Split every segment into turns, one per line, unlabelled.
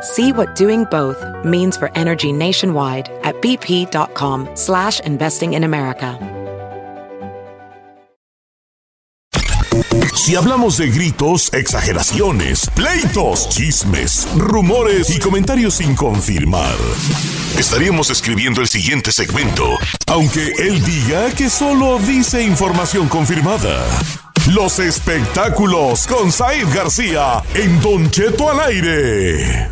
See what doing both means for energy nationwide at bp.com slash investing in America.
Si hablamos de gritos, exageraciones, pleitos, chismes, rumores y comentarios sin confirmar, estaríamos escribiendo el siguiente segmento, aunque él diga que solo dice información confirmada. Los espectáculos con Said García en Don Cheto al aire.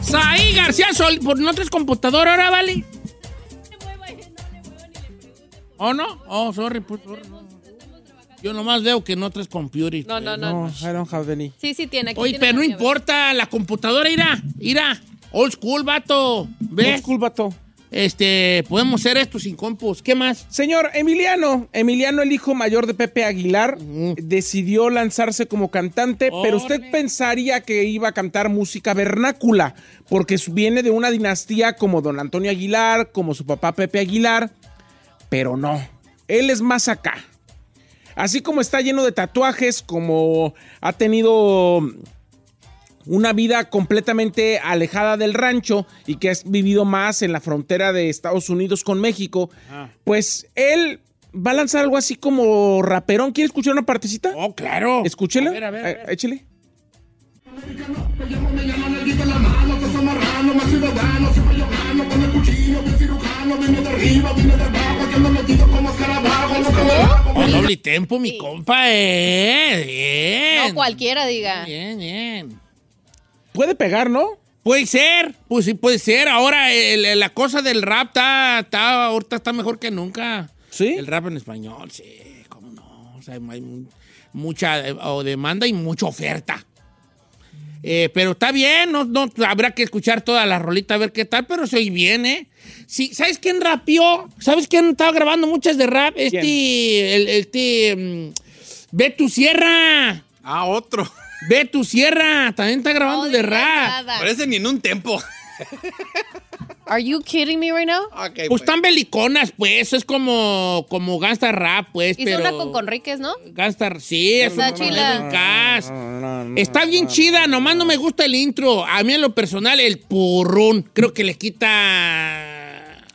Saí García Sol, por no traes computadora ahora, ¿vale? ¿O no? Oh, sorry, pu- sorry, no. Yo nomás veo que no traes computer.
No, no, no.
No, I don't have any.
Sí, sí tiene. aquí
Oye,
tiene
pero no
varias.
importa, la computadora irá, irá. Old school, vato. ¿Ves?
No, culpato.
Este, podemos hacer esto sin compos. ¿Qué más?
Señor Emiliano, Emiliano, el hijo mayor de Pepe Aguilar, decidió lanzarse como cantante, pero usted pensaría que iba a cantar música vernácula, porque su- viene de una dinastía como don Antonio Aguilar, como su papá Pepe Aguilar, pero no, él es más acá. Así como está lleno de tatuajes, como ha tenido una vida completamente alejada del rancho y que has vivido más en la frontera de Estados Unidos con México, pues él va a lanzar algo así como raperón. ¿Quiere escuchar una partecita?
Oh, claro.
Escúchela.
A ver, a ver, a ver.
Eh, échele.
Oh, doble tempo, mi compa, eh. Bien.
No cualquiera diga.
Bien, bien.
Puede pegar, ¿no?
Puede ser, pues sí puede ser. Ahora el- la cosa del rap está, está- ahorita está mejor que nunca.
¿Sí?
El rap en español, sí, cómo no. O sea, hay mu- mucha eh, o demanda y mucha oferta. Eh, pero está bien, no, no, habrá que escuchar toda la rolita a ver qué tal, pero soy bien, ¿eh? Sí, ¿Sabes quién rapió? ¿Sabes quién estaba grabando muchas de rap? Este, el, este, mm, Beto Sierra.
Ah, otro.
Beto Sierra, también está grabando
No
de
digas
rap.
nada.
Parece ni en un tempo.
Are you kidding me right now?
Ok,
Pues
pues.
están beliconas, pues, es como, como gangsta rap, pues,
Hizo
pero...
una con Conríquez, ¿no?
Gangsta, sí, es
Está
un
chila.
en cas. Está bien chida, nomás no me gusta el intro. A mí en lo personal, el porrón, creo que le quita...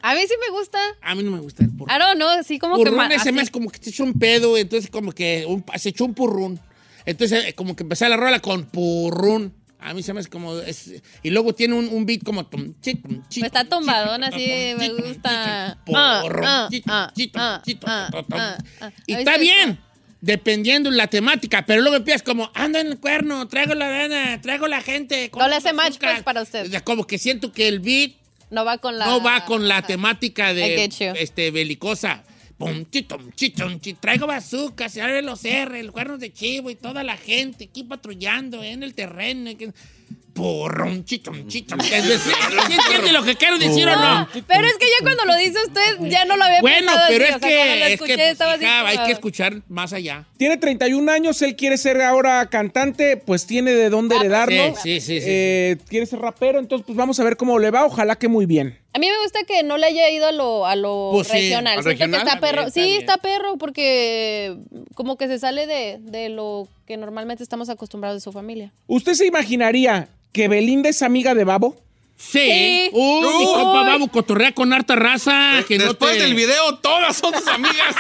A mí sí me gusta.
A mí no me gusta el porrón.
I don't know, sí como que
Purrón
ma-
ese
así.
mes como que se echó un pedo, entonces como que un- se echó un purrón. Entonces eh, como que empecé la rola con purrón. A mí se me hace como... es- y luego tiene un, un beat como... tum, chi, tum, chi,
Está
tum, chi,
tumbadón
tum,
así,
tum,
me
chi, tum,
gusta.
chi, tum,
Ah,
porrón,
ah,
chi, tum,
ah,
chi, tum,
ah,
chi, tum,
ah,
tum, tum.
ah, ah.
Y
Ahí
está
está.
bien, dependiendo la temática, pero luego empiezas como, ando en el cuerno, traigo la dana, traigo la gente.
No le hace
compro
match,
azúcar.
pues, para usted.
O sea, Como que siento que el beat
No va con la.
no va con la
Ajá.
temática
I
de
get you.
este belicosa. Pum, chi, tum, chi, tum, chi. Traigo bazooka, se abre los R, el cuerno de chivo y toda la gente aquí patrullando en el terreno. y que- Porrón, chi, tum, chi, tum. Es decir, ¿sí entiende lo que quiero decir o no?
Ah, Pero es que ya cuando lo dice usted, ya no lo había
Bueno,
pensado
pero
así, o
es
sea, cuando lo
que, es
escuché,
que pues,
estaba así
hija,
como-
hay que escuchar más allá.
Tiene 31 años, él quiere ser ahora cantante, pues tiene de dónde
Ah, pues
heredarlo.
sí, sí, sí, sí,
Eh, Quiere ser rapero, entonces pues vamos a ver cómo le va, ojalá que muy bien.
A mí me gusta que no le haya ido a lo, a lo
Pues sí,
regional.
al
Siento
regional
que está
también,
perro.
está
sí,
bien.
está perro porque como que se sale de, de lo que normalmente estamos acostumbrados de su familia.
¿Usted se imaginaría que Belinda es amiga de Babo?
Sí.
Sí.
Uh, mi
Uy.
compa Babu cotorrea con harta raza. que no
Después
te-
del video, todas son sus amigas.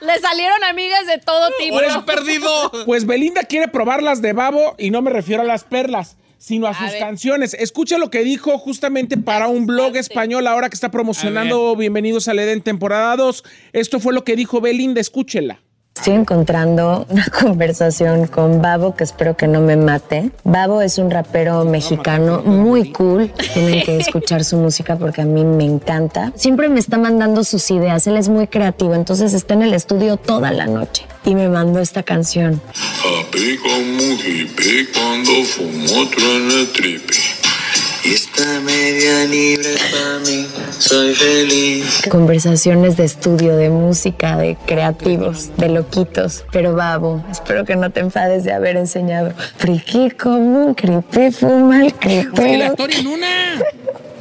Le salieron amigas de todo tipo.
Por el perdido.
Pues Belinda quiere probar las de babo y no me refiero a las perlas, sino a,
A
sus
ver.
canciones. Escucha lo que dijo justamente para un blog español ahora que está promocionando Bienvenidos al Edén temporada 2. Esto fue lo que dijo Belinda, escúchela.
Estoy encontrando una conversación con Babo, que espero que no me mate. Babo es un rapero mexicano muy cool. Tienen que escuchar su música porque a mí me encanta. Siempre me está mandando sus ideas. Él es muy creativo, entonces está en el estudio toda la noche. Y me mandó esta canción.
Happy como hippie cuando fumo otro en el tripe. Y esta media libre para mí, soy feliz.
Conversaciones de estudio, de música, de creativos, de loquitos. Pero Babo, espero que no te enfades de haber enseñado. Friki como un creepy fuma el
Que la
creepy.
en una.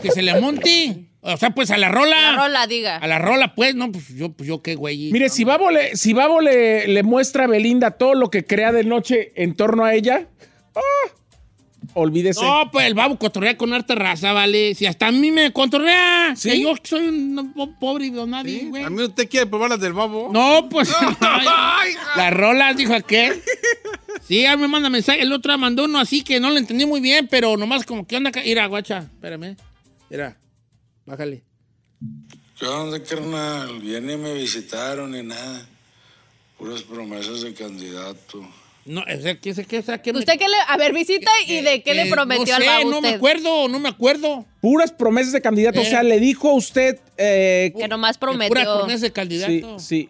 Que se le monte. O sea, pues a la rola.
La rola, diga.
A la rola, pues, no, pues yo, pues yo qué, güey.
Mire, si Babo, le, si Babo le, le muestra a Belinda todo lo que crea de noche en torno a ella, ¡ah! olvídese.
No, pues el babo cotorrea con harta raza, vale. Si hasta a mí me cotorrea.
¿Sí?
Que yo soy un po- pobre y don nadie, güey.
También usted quiere probar las del babo.
No, pues.
Ay, hija.
Las rolas, dijo aquel. Sí, a mí me manda mensaje. El otro mandó uno así que no lo entendí muy bien, pero nomás como que onda. acá? Mira, guacha, espérame. Mira, bájale.
¿Qué onda, carnal? Ya ni me visitaron ni nada. Puras promesas de candidato.
No, o sea, ¿qué, qué, qué, qué me-
¿Usted qué le.? A ver, visita y de qué
Eh,
le prometió
no
al
sé,
babo
No me
usted.
acuerdo, no me acuerdo.
Puras promesas de candidato. O sea, le dijo a usted eh,
que nomás
Pura
prometió.
promesa de candidato.
Sí, sí.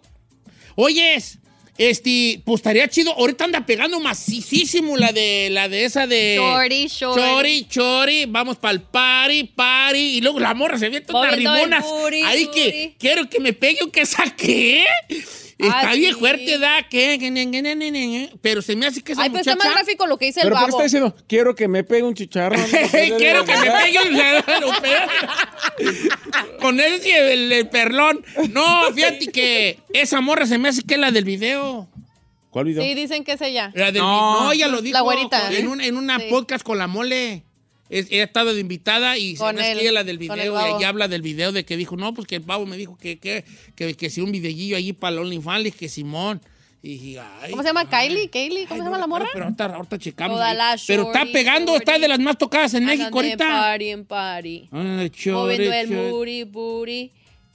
Oyes, este, pues estaría chido. Ahorita anda pegando macizísimo la de, la de esa de.
Shorty, shorty.
Chori, chori, vamos para el party, party. Y luego la morra se viene todas
Moviendo el
ribonas.
booty,
Ahí
booty.
que quiero que me pegue o que saque. Está
Ah,
bien
sí.
fuerte, da que. Pero se me hace que esa
Ay, pero está más
muchacha-
gráfico lo que dice el
Pero ¿por qué
babo.
está diciendo? Quiero que me pegue un chicharro.
Quiero que me pegue un Con ese y el, el perlón. No, fíjate que esa morra se me hace que es la del video.
¿Cuál video?
Sí, dicen que es ella.
La del
No.
no, ella lo dijo.
La güerita.
En una, en una
Sí.
podcast con la mole. Es- ella estaba de invitada y se
Con
me hace
el-
que ella la del
con el
video. Y
babo.
ahí habla del video de que dijo, no, pues que el pavo me dijo que, que, que, que si un videillo allí para el OnlyFans, que Simón. Y dije, ay,
¿Cómo se llama? ¿Kylie? ¿Kylie?
Ah. ay,
¿Cómo se
no
llama
me
la morra?
acuerdo, Pero ahorita, ahorita checamos.
Toda
ahí.
la
pero está
shorty,
pegando, está
shorty.
de las más tocadas en
Andan
México
de
ahorita.
Party en party.
Ah, chore,
Moviendo el
chore.
booty, booty.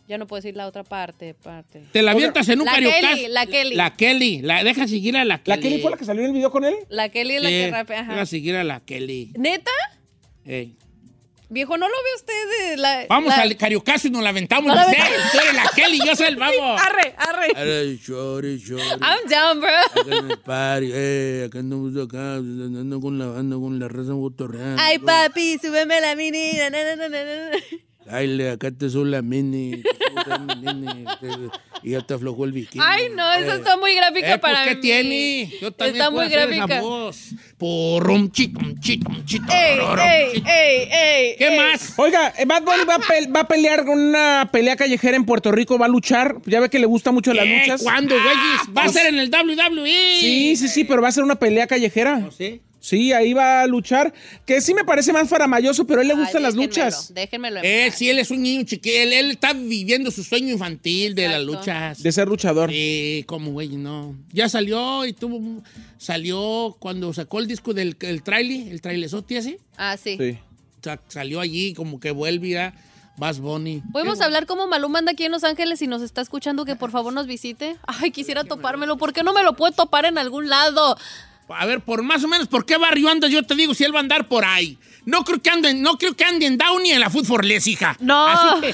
Ya no puedo decir la otra parte, parte.
Te la avientas en un
La
cariocas.
Kelly, la Kelly.
La Kelly. La, deja seguir a la Kelly.
¿La Kelly fue la que salió en el video con él?
La Kelly es la
Sí,
que rapea. ajá.
Deja seguir a la Kelly.
¿Neta?
Ey.
Viejo, ¿no lo ve usted? eh, La,
Vamos
la-
al cariocazo y nos la aventamos.
No la
Giselle.
aventamos.
Tú eres la Kelly, yo soy el babo.
Arre, arre.
Arre, chore, chore.
I'm down, bro.
Acá en el party, eh, acá andamos acá, andando con la, ando con la raza botorreando.
Ay, papi, súbeme la mini. na, na, na, na, na, na.
Dale, acá te soy la mini. te soy la mini, te- Y ya te aflojó el bikini.
Ay, no, eso
Eh.
está muy gráfico
Eh, pues,
para
¿Qué
mí.
tiene? Yo también
Está
puedo
muy
hacer esa
gráfica.
voz. Porrum, chitum, chitum, chitum,
Ey,
rorum,
ey,
chitum.
ey, ey.
¿Qué
ey. Ah.
más?
Oiga, eh, Bad Bunny va a, pel- va a pelear con una pelea callejera en Puerto Rico, va a luchar. Ya ve que le gusta mucho las
Eh,
luchas.
¿Cuándo,
Ah,
güeyes?
pues
Va a ser en el WWE.
Sí, sí, sí, pero va a ser una pelea
Oh,
callejera.
¿Sí?
Sí, ahí va a luchar. Que sí me parece más faramayoso, pero a él le
Ay,
gustan las
déjenmelo,
luchas.
Déjenmelo.
Eh, sí, él es un niño chiquillo. Él, él está viviendo su sueño infantil de las
Exacto.
luchas.
De ser luchador.
Sí, como güey, no. Ya salió y tuvo. un- Salió cuando sacó el disco del el trailer, el trailezote ese.
Ah, sí.
Sí.
sa- Salió allí, como que vuelve a Bass Bunny.
Podemos hablar como Maluma anda aquí en Los Ángeles y nos está escuchando que por favor nos visite. Ay, quisiera topármelo. ¿Por qué no me lo puedo topar en algún lado?
A ver, por más o menos, ¿por qué barrio anda? Yo te digo, si él va a andar por ahí. No creo que ande, no creo que ande en Downey en la Food for Less, hija.
No.
Así que-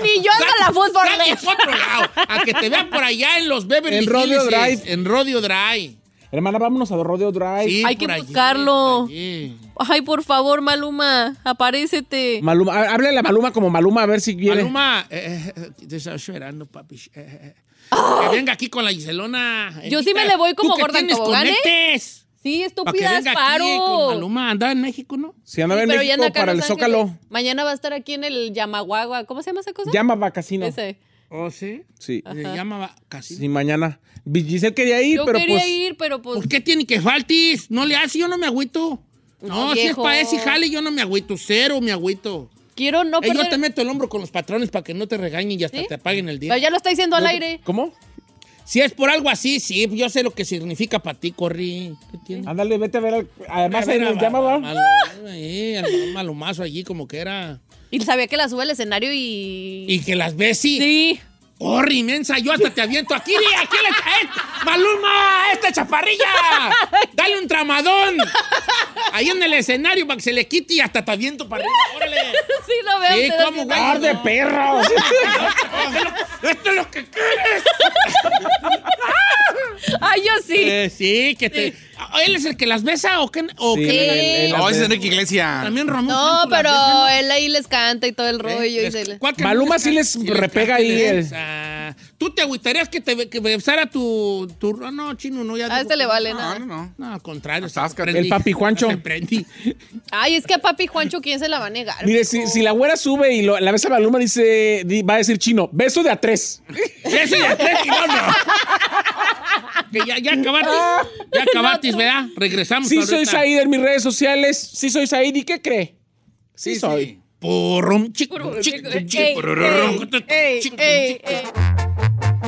Ni yo ando en la Food for
Saque
Less.
pa' otro lado, a que te vean por allá en los Beverly
En Rodeo
Hills,
Drive.
En Rodeo Drive.
Hermana, vámonos a Rodeo Drive.
Sí,
Hay que
por allí,
buscarlo.
por allí.
Ay, por favor, Maluma, aparécete.
Maluma, há- háblale a Maluma como Maluma a ver si viene.
Maluma, eh, eh, te estaba esperando, papi. Eh, eh, Que venga aquí con la Giselona.
Yo sí me le voy como
¿Tú que
gorda en
tienes
tobogán, ¿eh?
conectes?
Sí,
Para que
estúpidas,
venga
paro.
aquí eh, con Maluma. Andaba en México, ¿no?
Si andaba
Sí,
en
pero ya anda
México
acá en
para el
Los Ángeles.
Zócalo,
Mañana va a estar aquí en el Yamaguagua. ¿Cómo se llama esa cosa?
llama a casino.
Ese.
¿O sí?
Sí.
Se llama casi.
Sí, mañana. Giselle quería ir,
Yo
pero
quería
pues.
ir, pero pues.
¿Por qué tiene que faltis? No le hace, yo no me agüito. No,
No,
si es
viejo.
para ese jale, yo no me agüito. Cero me agüito.
Quiero no
Eh,
perder.
yo te meto el hombro con los patrones para que no te regañen y hasta
¿Sí?
te apaguen el día.
Pero ya lo está diciendo al
no-
aire.
¿Cómo?
Si es por algo así, sí, yo sé lo que significa para ti, Corri. ¿Qué tiene?
Ándale, vete a ver. al- Además,
A
ahí
ver, a-
nos llama,
a-
¿va?
malo- ahí, al- Malomazo allí, como que era.
Y sabía que la sube al escenario y...
Y que las ves y.
Sí.
Corre, inmensa, yo hasta te aviento aquí, di, aquí la ¡Eh! ¡Maluma! ¡Esta chaparrilla! ¡Dale un tramadón! Ahí en el escenario para que se le quite y hasta te aviento para arriba, órale.
Sí, lo veo.
Sí,
te das
¿cómo,
cuenta.
güey?
¡Par de perros!
¡Esto es lo que quieres!
Ay, yo sí.
Eh, sí, que te. ¿Ah, ¿Él es el que las besa o qué? O
Sí,
qué?
el- el-
No, ese es Enrique Iglesias.
También Ramón.
No,
Santos las
pero
besa, ¿no?
él ahí les canta y todo el rollo.
¿Eh?
y
Les-
se-
¿cuál que
Maluma
les-
sí les repega ahí
les-
el-
Ah, ¿Tú te agüitarías que te que besara tu, tu- ah, No, chino, no, ya.
A
dijo
este
que-
le vale
No,
nada.
no, no.
No, al contrario.
Atáscate.
sorprendí.
El papi Juancho.
Sorprendí.
Ay, es que a papi Juancho, ¿quién se la va a negar?
Mire, si, si la güera sube y lo- la besa a Maluma, dice, di- va a decir chino, beso de a tres.
Eso ya te no, no. Que ya, ya acabaste. Ya acabaste, ¿verdad? Regresamos.
Sí
ahorita.
soy Said en mis redes sociales, sí soy Said, ¿y qué cree? Sí, soy.
Porrum, chico,
Ey,
chico,
ey,
chico,
ey,
porrum,
ey,
chico,
ey,
chico.
ey.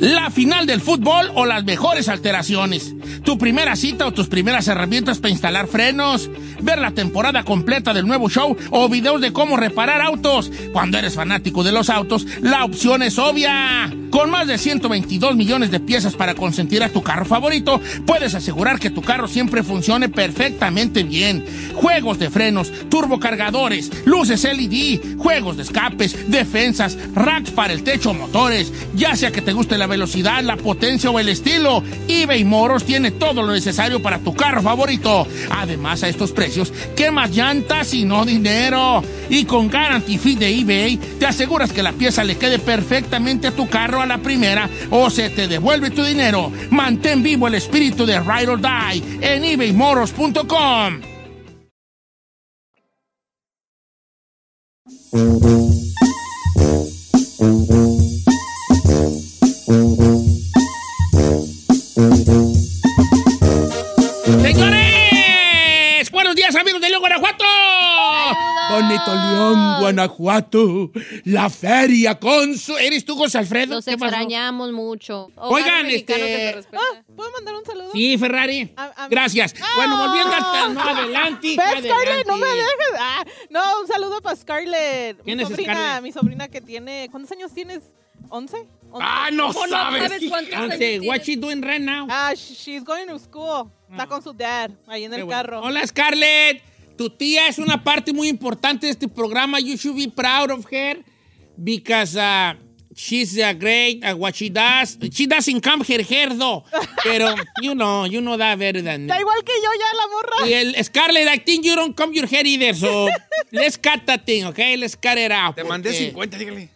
La final del fútbol o las mejores alteraciones. Tu primera cita o tus primeras herramientas para instalar frenos. Ver la temporada completa del nuevo show o videos de cómo reparar autos. Cuando eres fanático de los autos, la opción es obvia. Con más de 122 millones de piezas para consentir a tu carro favorito, puedes asegurar que tu carro siempre funcione perfectamente bien. Juegos de frenos, turbocargadores, luces LED, juegos de escapes, defensas, racks para el techo, motores, ya sea que te guste la velocidad, la potencia o el estilo, eBay Moros tiene todo lo necesario para tu carro favorito. Además, a estos precios, ¿qué más llantas y no dinero? Y con Guarantee Fee de eBay, te aseguras que la pieza le quede perfectamente a tu carro a la primera o se te devuelve tu dinero. Mantén vivo el espíritu de Ride or Die en eBayMoros.com. ¡Señores! ¡Buenos días, amigos de León, Guanajuato! Bonito León, Guanajuato. La feria con su. ¿Eres tú, José Alfredo?
Los
¿Qué pasó?
extrañamos mucho.
Oigan,
mexicano
este-
que se respeta.
¿Puedo mandar un saludo?
Sí, Ferrari.
A- a-
Gracias. Bueno, volviendo hasta no, adelante.
¿Ves,
adelante.
Ah. Scarlett? No me dejes. Ah, no, un saludo para Scarlett.
¿Quién
mi
es
sobrina,
Scarlett?
mi sobrina que tiene. ¿Cuántos años tienes? ¿11?
Ah, no
¿Cómo no
sabes.
sabes cuántos años
Chance, What
tienes?
she doing right now? Ah.
Ah, sh- she's going to school. Está con su dad, ahí en
Qué
el
bueno.
carro.
Hola, Scarlett. Tu tía es una parte muy importante de este programa. You should be proud of her because uh, she's uh, great at what she does. She doesn't come her hair, though. Pero, you know, you know that better than me.
Está igual que yo ya, la morra.
Y el Scarlett, I think you don't comb your hair either, so let's cut that thing, okay? Let's cut it out.
Te
Eh,
mandé
porque-
50, dígale.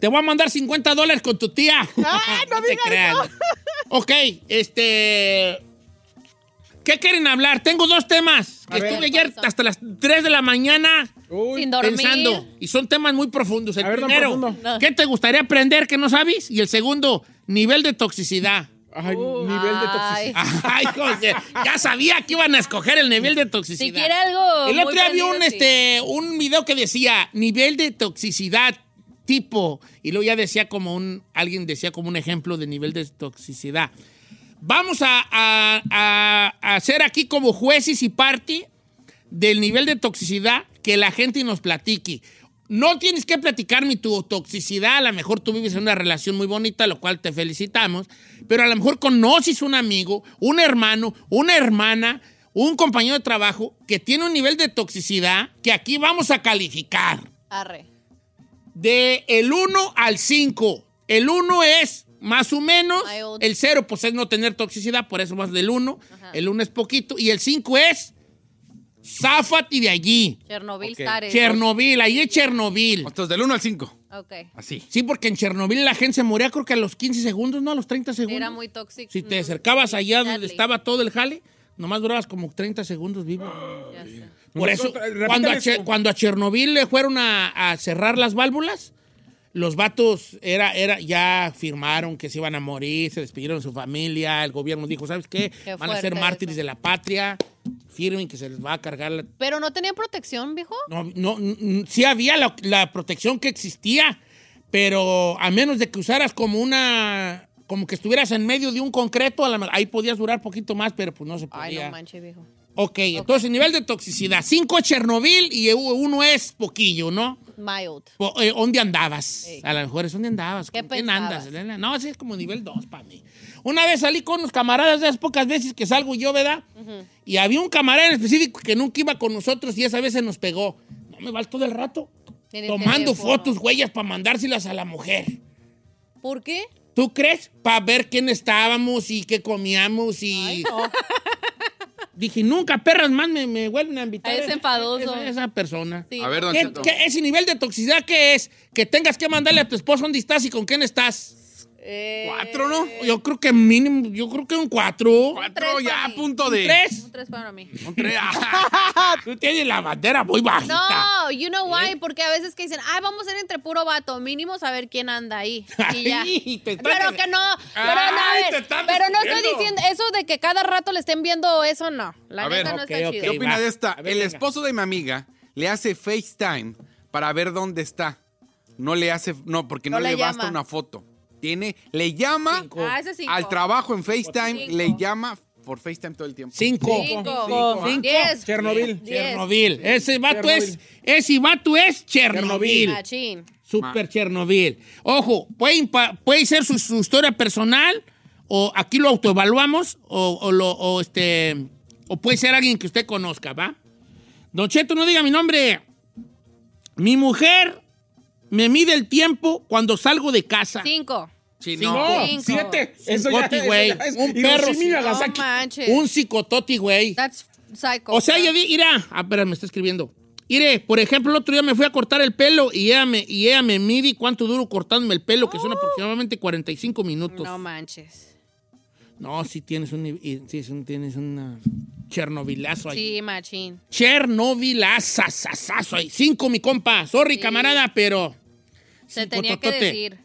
Te voy a mandar 50 dólares con tu tía.
Ah, no
te
digas
creas.
eso.
Ok, este. ¿Qué quieren hablar? Tengo dos temas. que Estuve ayer hasta las 3 de la mañana
Sin
Uy,
dormir.
pensando. Y son temas muy profundos. El
A ver, don
primero,
Profundo.
¿qué te gustaría aprender que no sabes? Y el segundo, nivel de toxicidad.
ay, nivel de toxicidad.
Ay,
Ay, José,
Ah.
ya sabía que iban a escoger el nivel de toxicidad.
Si quiere algo
El otro
muy
día vi un,
prendido, sí.
este, un video que decía nivel de toxicidad tipo, y luego ya decía como un, alguien decía como un ejemplo de nivel de toxicidad. Vamos a, a- a- a hacer aquí como jueces y parte del nivel de toxicidad que la gente nos platique. No tienes que platicarme tu toxicidad, a lo mejor tú vives en una relación muy bonita, lo cual te felicitamos, pero a lo mejor conoces un amigo, un hermano, una hermana, un compañero de trabajo que tiene un nivel de toxicidad que aquí vamos a calificar.
Arre.
de el 1 al 5. El 1 es más o menos, el 0 pues es no tener toxicidad, por eso más del 1. El 1 es poquito y el 5 es záfate de allí.
Chernobyl, Tares.
Chernobyl, ahí es Chernobyl. Entonces del 1 al 5.
Ok.
Así. Sí, porque en Chernobyl la gente se moría creo que a los 15 segundos, no a los 30 segundos.
Era muy mm, tóxico.
Si te acercabas allá donde estaba todo el jale, nomás durabas como 30 segundos vivo. Por
Pues,
eso,
eh,
otra- repítale
cuando a,
eso.
Che- cuando a Chernobyl le fueron a, a cerrar las válvulas, los vatos era, era, ya firmaron que se iban a morir, se despidieron de su familia, el gobierno dijo, ¿sabes qué?
Qué
Van a
fuerte
ser
eso.
mártires de la patria, firmen que se les va a cargar la...
Pero no tenía protección, viejo.
No, no, n- n- sí había la, la protección que existía, pero a menos de que usaras como una... Como que estuvieras en medio de un concreto, a la- ahí podías durar poquito más, pero pues no se podía.
Ay, no manches, viejo.
Ok, entonces nivel de toxicidad. Cinco es Chernobyl y u- uno es poquillo, ¿no?
Mild.
Po- eh, ¿Dónde andabas? A lo mejor es dónde andabas.
¿Qué
¿Con quién
pensabas?
andas? No, ese es como nivel dos para mí. Una vez salí con unos camaradas, de las pocas veces que salgo yo, ¿verdad? Y había un camarada en específico que nunca iba con nosotros y esa vez se nos pegó. No me va todo el rato.
En el
Tomando
teléfono.
fotos, huellas, para mandárselas a la mujer.
¿Por qué?
¿Tú crees? Para ver quién estábamos y qué comíamos y... Dije, nunca, perras más me, me vuelven a invitar.
Ah, es
Esa-
enfadoso.
Esa, esa persona.
Sí. A ver, don
¿Qué-
Cheto.
qué- ¿Ese nivel de toxicidad qué es? Que tengas que mandarle a tu esposo dónde estás y con quién estás.
Eh,
Cuatro, ¿no? Yo creo que mínimo, yo creo que un cuatro.
Cuatro, ya a punto
de- ¿Tres?
Un tres ah. para mí.
Tú tienes la bandera muy bajita.
No, you know
¿Eh?
why, porque a veces que dicen, ay, vamos a ir entre puro vato, mínimo saber quién anda ahí. Y ya.
Ay, te estás-
Pero que no, pero, no, a
Ay,
ver,
te están
pero no estoy
descubriendo.
diciendo eso de que cada rato le estén viendo eso, no. La
a ver,
neta no está
¿qué
chido.
opina de esta?
A ver,
el
venga.
esposo de mi amiga le hace FaceTime para ver dónde está. No le hace, no, porque no,
No le
le basta
llama.
una foto. Tiene, le llama
Ah, ese cinco.
al trabajo en FaceTime,
Cinco.
le llama por FaceTime todo el tiempo.
Cinco.
Cinco.
Cinco. ah.
Cinco. Diez.
Chernobyl.
Diez.
Chernobyl. Ese vato
Chernobyl.
es. Ese vato es Chernobyl.
Machín.
Super Chernobyl. Ojo, puede, impa- puede ser su, su historia personal, o aquí lo autoevaluamos, o, o lo- o este, o puede ser alguien que usted conozca, ¿va? Don Cheto, no diga mi nombre. Mi mujer me mide el tiempo cuando salgo de casa.
Cinco.
No,
Cinco.
siete. Eso ya,
Psicoti,
eso
güey.
ya es-
Un
Hiroshima
perro.
y Nagasaki.
No manches.
Un psicototi, güey.
That's psycho.
O sea, yo di, irá. Ah, espera, me está escribiendo. Iré, por ejemplo, el otro día me fui a cortar el pelo y ella me, y ella me mide y cuánto duro cortándome el pelo, que son aproximadamente 45 minutos.
Oh. No manches.
No, sí tienes un, y- sí, es un- tienes una chernobilazo ahí.
Sí, machín.
Chernobilazazazazo ahí. Cinco, mi compa. Sorry, camarada, pero
Se
Cinco,
tenía que
totote.
decir.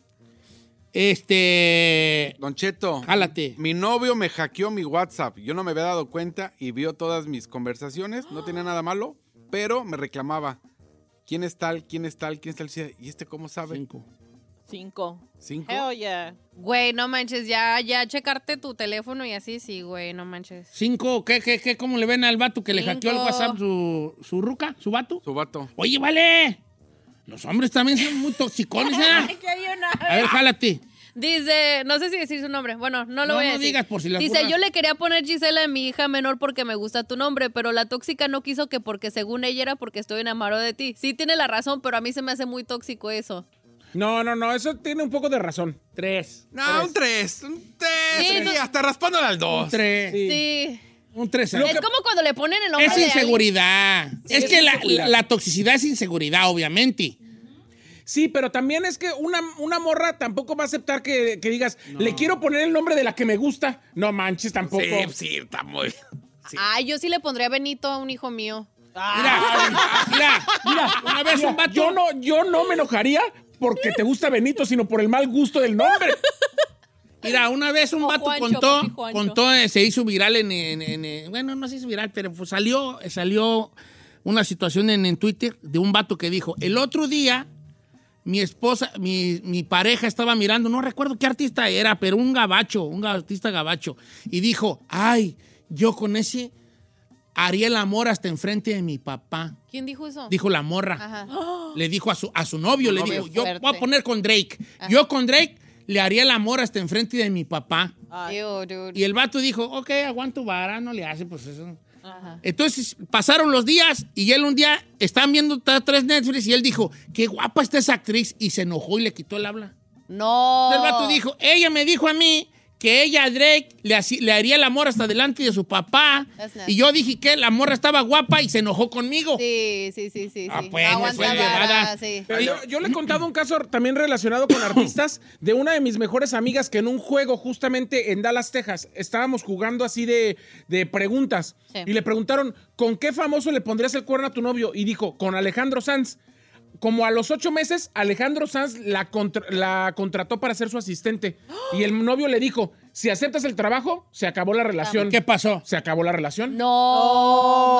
este...
Don Cheto.
Jálate.
Mi novio me hackeó mi WhatsApp. Yo no me había dado cuenta y vio todas mis conversaciones. No tenía nada malo, pero me reclamaba. ¿Quién es tal? ¿Quién es tal? ¿Quién es tal? Decía, ¿Y este cómo sabe?
Cinco.
Cinco.
¿Cinco?
Hell yeah.
Güey, no manches, ya, ya checarte tu teléfono y así, sí, güey, no manches.
Cinco, ¿qué, qué, qué? ¿Cómo le ven al vato que le
Cinco.
hackeó el WhatsApp su, su ruca, su vato?
Su vato.
Oye, vale. Los hombres también son muy toxicones, ¿eh?
que hay una.
A ver, jálate.
Dice, no sé si decir su nombre. Bueno, no lo
No,
voy a
no
decir.
digas por si las
Dice,
burlas.
yo le quería poner Gisela a mi hija menor porque me gusta tu nombre, pero la tóxica no quiso que porque según ella era porque estoy enamorado de ti. Sí tiene la razón, pero a mí se me hace muy tóxico eso.
No, no, no, eso tiene un poco de razón.
Tres.
No, un tres. Un tres.
Sí,
y
no-
hasta raspándole al dos.
Un tres.
Sí.
Sí.
Un tres.
Es como cuando le ponen el nombre
Es
de
inseguridad. es
es
que la,
inseguridad.
la toxicidad es inseguridad, obviamente.
Sí, pero también es que una, una morra tampoco va a aceptar que, que digas, le quiero poner el nombre de la que me gusta. No manches tampoco.
Sí, sí, está muy.
alguien. Ay, yo sí le pondría Benito a un hijo mío.
Mira, mira, mira, una vez
Mira,
un vato.
yo, no, yo no me enojaría porque te gusta Benito, sino por el mal gusto del nombre.
Mira, una vez un
O
vato
Juancho,
contó,
papi Juancho.
contó, eh, se hizo viral en, en- en- en- bueno, no se hizo viral, pero pues salió, eh, salió una situación en, en Twitter de un vato que dijo, el otro día mi esposa, mi, mi pareja estaba mirando, no recuerdo qué artista era, pero un gabacho, un ga- artista gabacho, y dijo, ay, yo con ese haría el amor hasta enfrente de mi papá,
¿Quién dijo eso?
dijo la morra.
Ajá.
Le dijo a su, a su novio, le dijo, yo
fuerte.
voy a poner con Drake. Yo con Drake le haría el amor hasta enfrente de mi papá.
Ew, dude.
Y el vato dijo, ok, aguanto vara, no le hace, pues eso. Entonces pasaron los días y él un día estaban viendo t- tres Netflix y él dijo, qué guapa está esa actriz y se enojó y le quitó el habla.
No.
El vato dijo, ella me dijo a mí que ella a Drake le, haci- le haría el amor hasta delante de su papá.
That's not-
Y yo dije que la morra estaba guapa y se enojó conmigo.
Sí, sí, sí, sí.
Ah,
sí.
pues, me
Aguanta
fue
vara,
llevada.
sí.
Pero yo, yo le he contado un caso también relacionado con artistas de una de mis mejores amigas que en un juego justamente en Dallas, Texas, estábamos jugando así de, de preguntas
Sí.
y le preguntaron, ¿con qué famoso le pondrías el cuerno a tu novio? Y dijo, con Alejandro Sanz. Como a los ocho meses, Alejandro Sanz la, contra- la contrató para ser su asistente y el novio le dijo, si aceptas el trabajo, se acabó la relación.
¿Qué pasó?
Se acabó la relación.
No.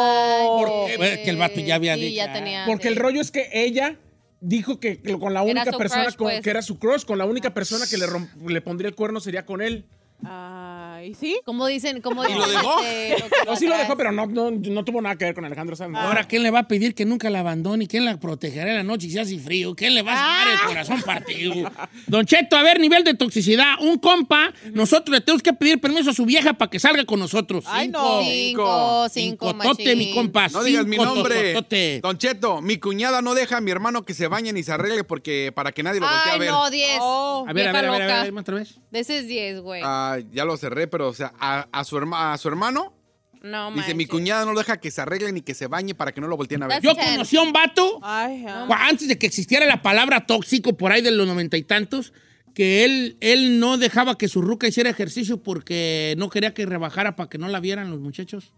¿Por qué? Oh, Bueno, Eh, que el vato ya había
Oh, sí,
dicho,
ya
ah.
tenía.
Porque el
sí.
rollo es que ella dijo que con la única
su
persona
crush,
con-
pues.
que era su crush, con la única persona que le, rom- le pondría el cuerno sería con él.
Ay, ¿sí?
¿Cómo dicen? ¿Cómo
¿Y
dicen?
lo dejó?
este, lo que
No, sí lo dejó,
atrás?
pero no, no, no tuvo nada que ver con Alejandro Sanz.
Ahora, ¿quién le va a pedir que nunca la abandone? ¿Quién la protegerá en la noche si hace frío? ¿Quién le va a sacar
Ah.
el corazón partido? Don Cheto, a ver, nivel de toxicidad. Un compa, nosotros le tenemos que pedir permiso a su vieja para que salga con nosotros.
Ah.
Ay, no.
Cinco.
Cinco, cinco,
Cincotote, mi
machín.
compa.
No digas mi
Cinco
nombre.
tototote.
Don Cheto, mi cuñada no deja a mi hermano que se bañe ni se arregle porque para que nadie lo voltee a
Ay,
ver.
no, diez.
Oh.
A ver, a ver, a ver, a ver,
Vieja
a ver,
loca.
otra vez.
De ese es diez, güey.
Ah, ya lo cerré, pero o sea, a, a su, herma- a su hermano
no,
dice, mi
manches.
cuñada no lo deja que se arregle ni que se bañe para que no lo volteen a ver.
That's-
Yo
Ten.
conocí a un vato
Ay, ah.
cua- antes de que existiera la palabra tóxico por ahí de los noventa y tantos, que él, él no dejaba que su ruca hiciera ejercicio porque no quería que rebajara para que no la vieran los muchachos.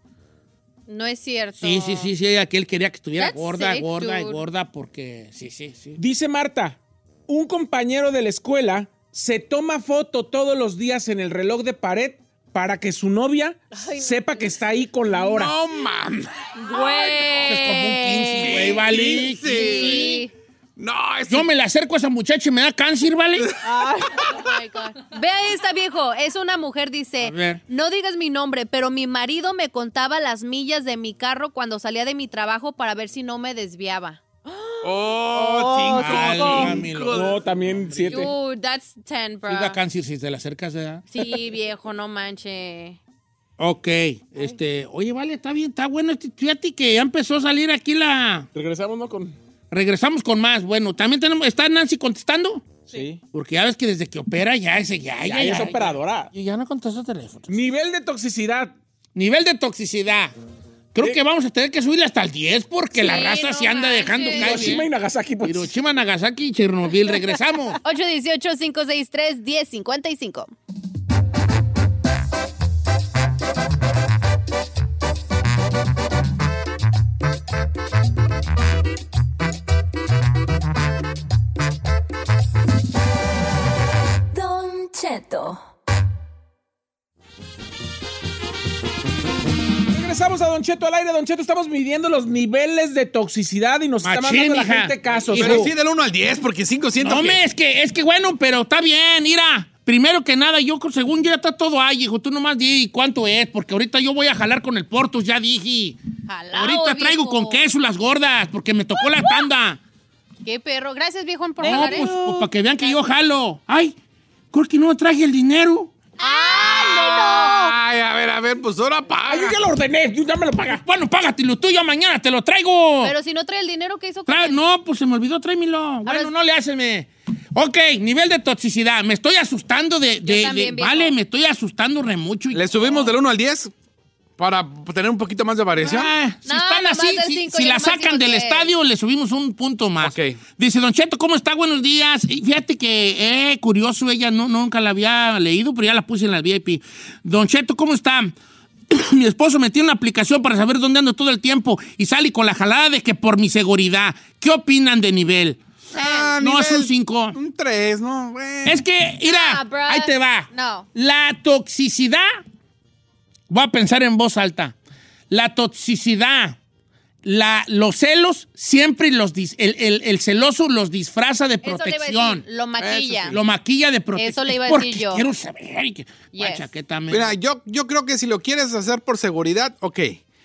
No es cierto.
Sí, sí, sí, sí, aquel quería que estuviera
That's
gorda,
sick,
gorda y
dude.
gorda porque sí, sí, sí.
Dice Marta, un compañero de la escuela se toma foto todos los días en el reloj de pared para que su novia sepa que está ahí con la hora.
No mames.
Güey.
Es como un 15, güey, vale.
Sí.
No, es
Yo me le acerco a esa muchacha y me da cáncer, ¿vale?
Oh my God. Vea esta, viejo. Es una mujer,
A ver.
dice, no digas mi nombre, pero mi marido me contaba las millas de mi carro cuando salía de mi trabajo para ver si no me desviaba.
Oh, cinco.
Ay,
No,
dámelo.
también siete.
Dude, that's 10, bro.
Sí da cáncer si te la acercas, ¿verdad?
Sí, viejo, no manche.
Ok, este, oye, vale, está bien, está bueno. este, Fíjate que ya empezó a salir aquí la...
Regresamos, ¿no? Con...
Regresamos con más. Bueno, también tenemos. ¿Está Nancy contestando?
Sí.
Porque ya ves que desde que opera ya ese ya,
Ya,
ya,
ya
ya,
es
ya.
operadora.
Y ya no contesta teléfono.
Nivel de toxicidad.
Nivel de toxicidad. Creo que vamos a tener que subirle hasta el 10 porque
Sí,
la raza
no
se anda
manches.
dejando caer.
Hiroshima y Nagasaki, pues.
Hiroshima, Nagasaki y Chernobyl. Regresamos.
818-563-1055.
Don Cheto.
Regresamos a Don Cheto al aire. Don Cheto, estamos midiendo los niveles de toxicidad y nos está
Machín,
mandando la
hija.
gente casos. ¿eh?
Pero
Hijo.
sí del 1 al 10, porque 5 siento
No,
que-
me, es que, es que bueno, pero está bien, mira. Primero que nada, yo según yo ya está todo ahí, hijo. Tú nomás di cuánto es, porque ahorita yo voy a jalar con el Portus, ya dije.
Jalao,
ahorita traigo
viejo.
con queso las gordas, porque me tocó la tanda.
Qué perro. Gracias, viejo, por
No,
pagar, ¿eh?
pues, para que vean que yo jalo. Ay, creo que no traje el dinero.
Ay, a ver, a ver, pues ahora
Ay,
paga.
yo ya lo ordené, yo ya me lo paga.
Bueno, págatelo tú, yo mañana te lo traigo.
Pero si no trae el dinero que hizo con
Tra-
él?
no, pues se me olvidó, tráemelo. Bueno,
es-
no le haceme. Ok, nivel de toxicidad. Me estoy asustando de... de-
también,
de-
viejo.
vale, me estoy asustando re mucho. y-
¿Le subimos del 1 al 10 para tener un poquito más de variación?
Ah, si
No,
están
nomás
así,
del
si,
cinco,
si
ya
la
nomás
sacan
digo
del
diez.
estadio, le subimos un punto más.
Ok.
Dice, Don Cheto, ¿cómo está? Buenos días. Y fíjate que, eh, curioso, ella no, nunca la había leído, pero ya la puse en la VIP. Don Cheto, ¿cómo está? Mi esposo me tiene una aplicación para saber dónde ando todo el tiempo y sale con la jalada de que por mi seguridad. ¿Qué opinan de nivel?
Ah,
no,
nivel-
es un 5.
Un 3, no, güey.
Es que, mira,
Nah, bruh.
ahí te va.
No.
La toxicidad, voy a pensar en voz alta. La toxicidad, la, los celos, siempre los dis- el, el- el celoso los disfraza de
Eso le iba a decir,
protección.
Lo maquilla.
Lo maquilla de protección.
Eso le iba a
Porque
decir yo.
Quiero saber. y que-
Yes.
Guacha, que también-
Mira, yo, yo creo que si lo quieres hacer por seguridad, ok.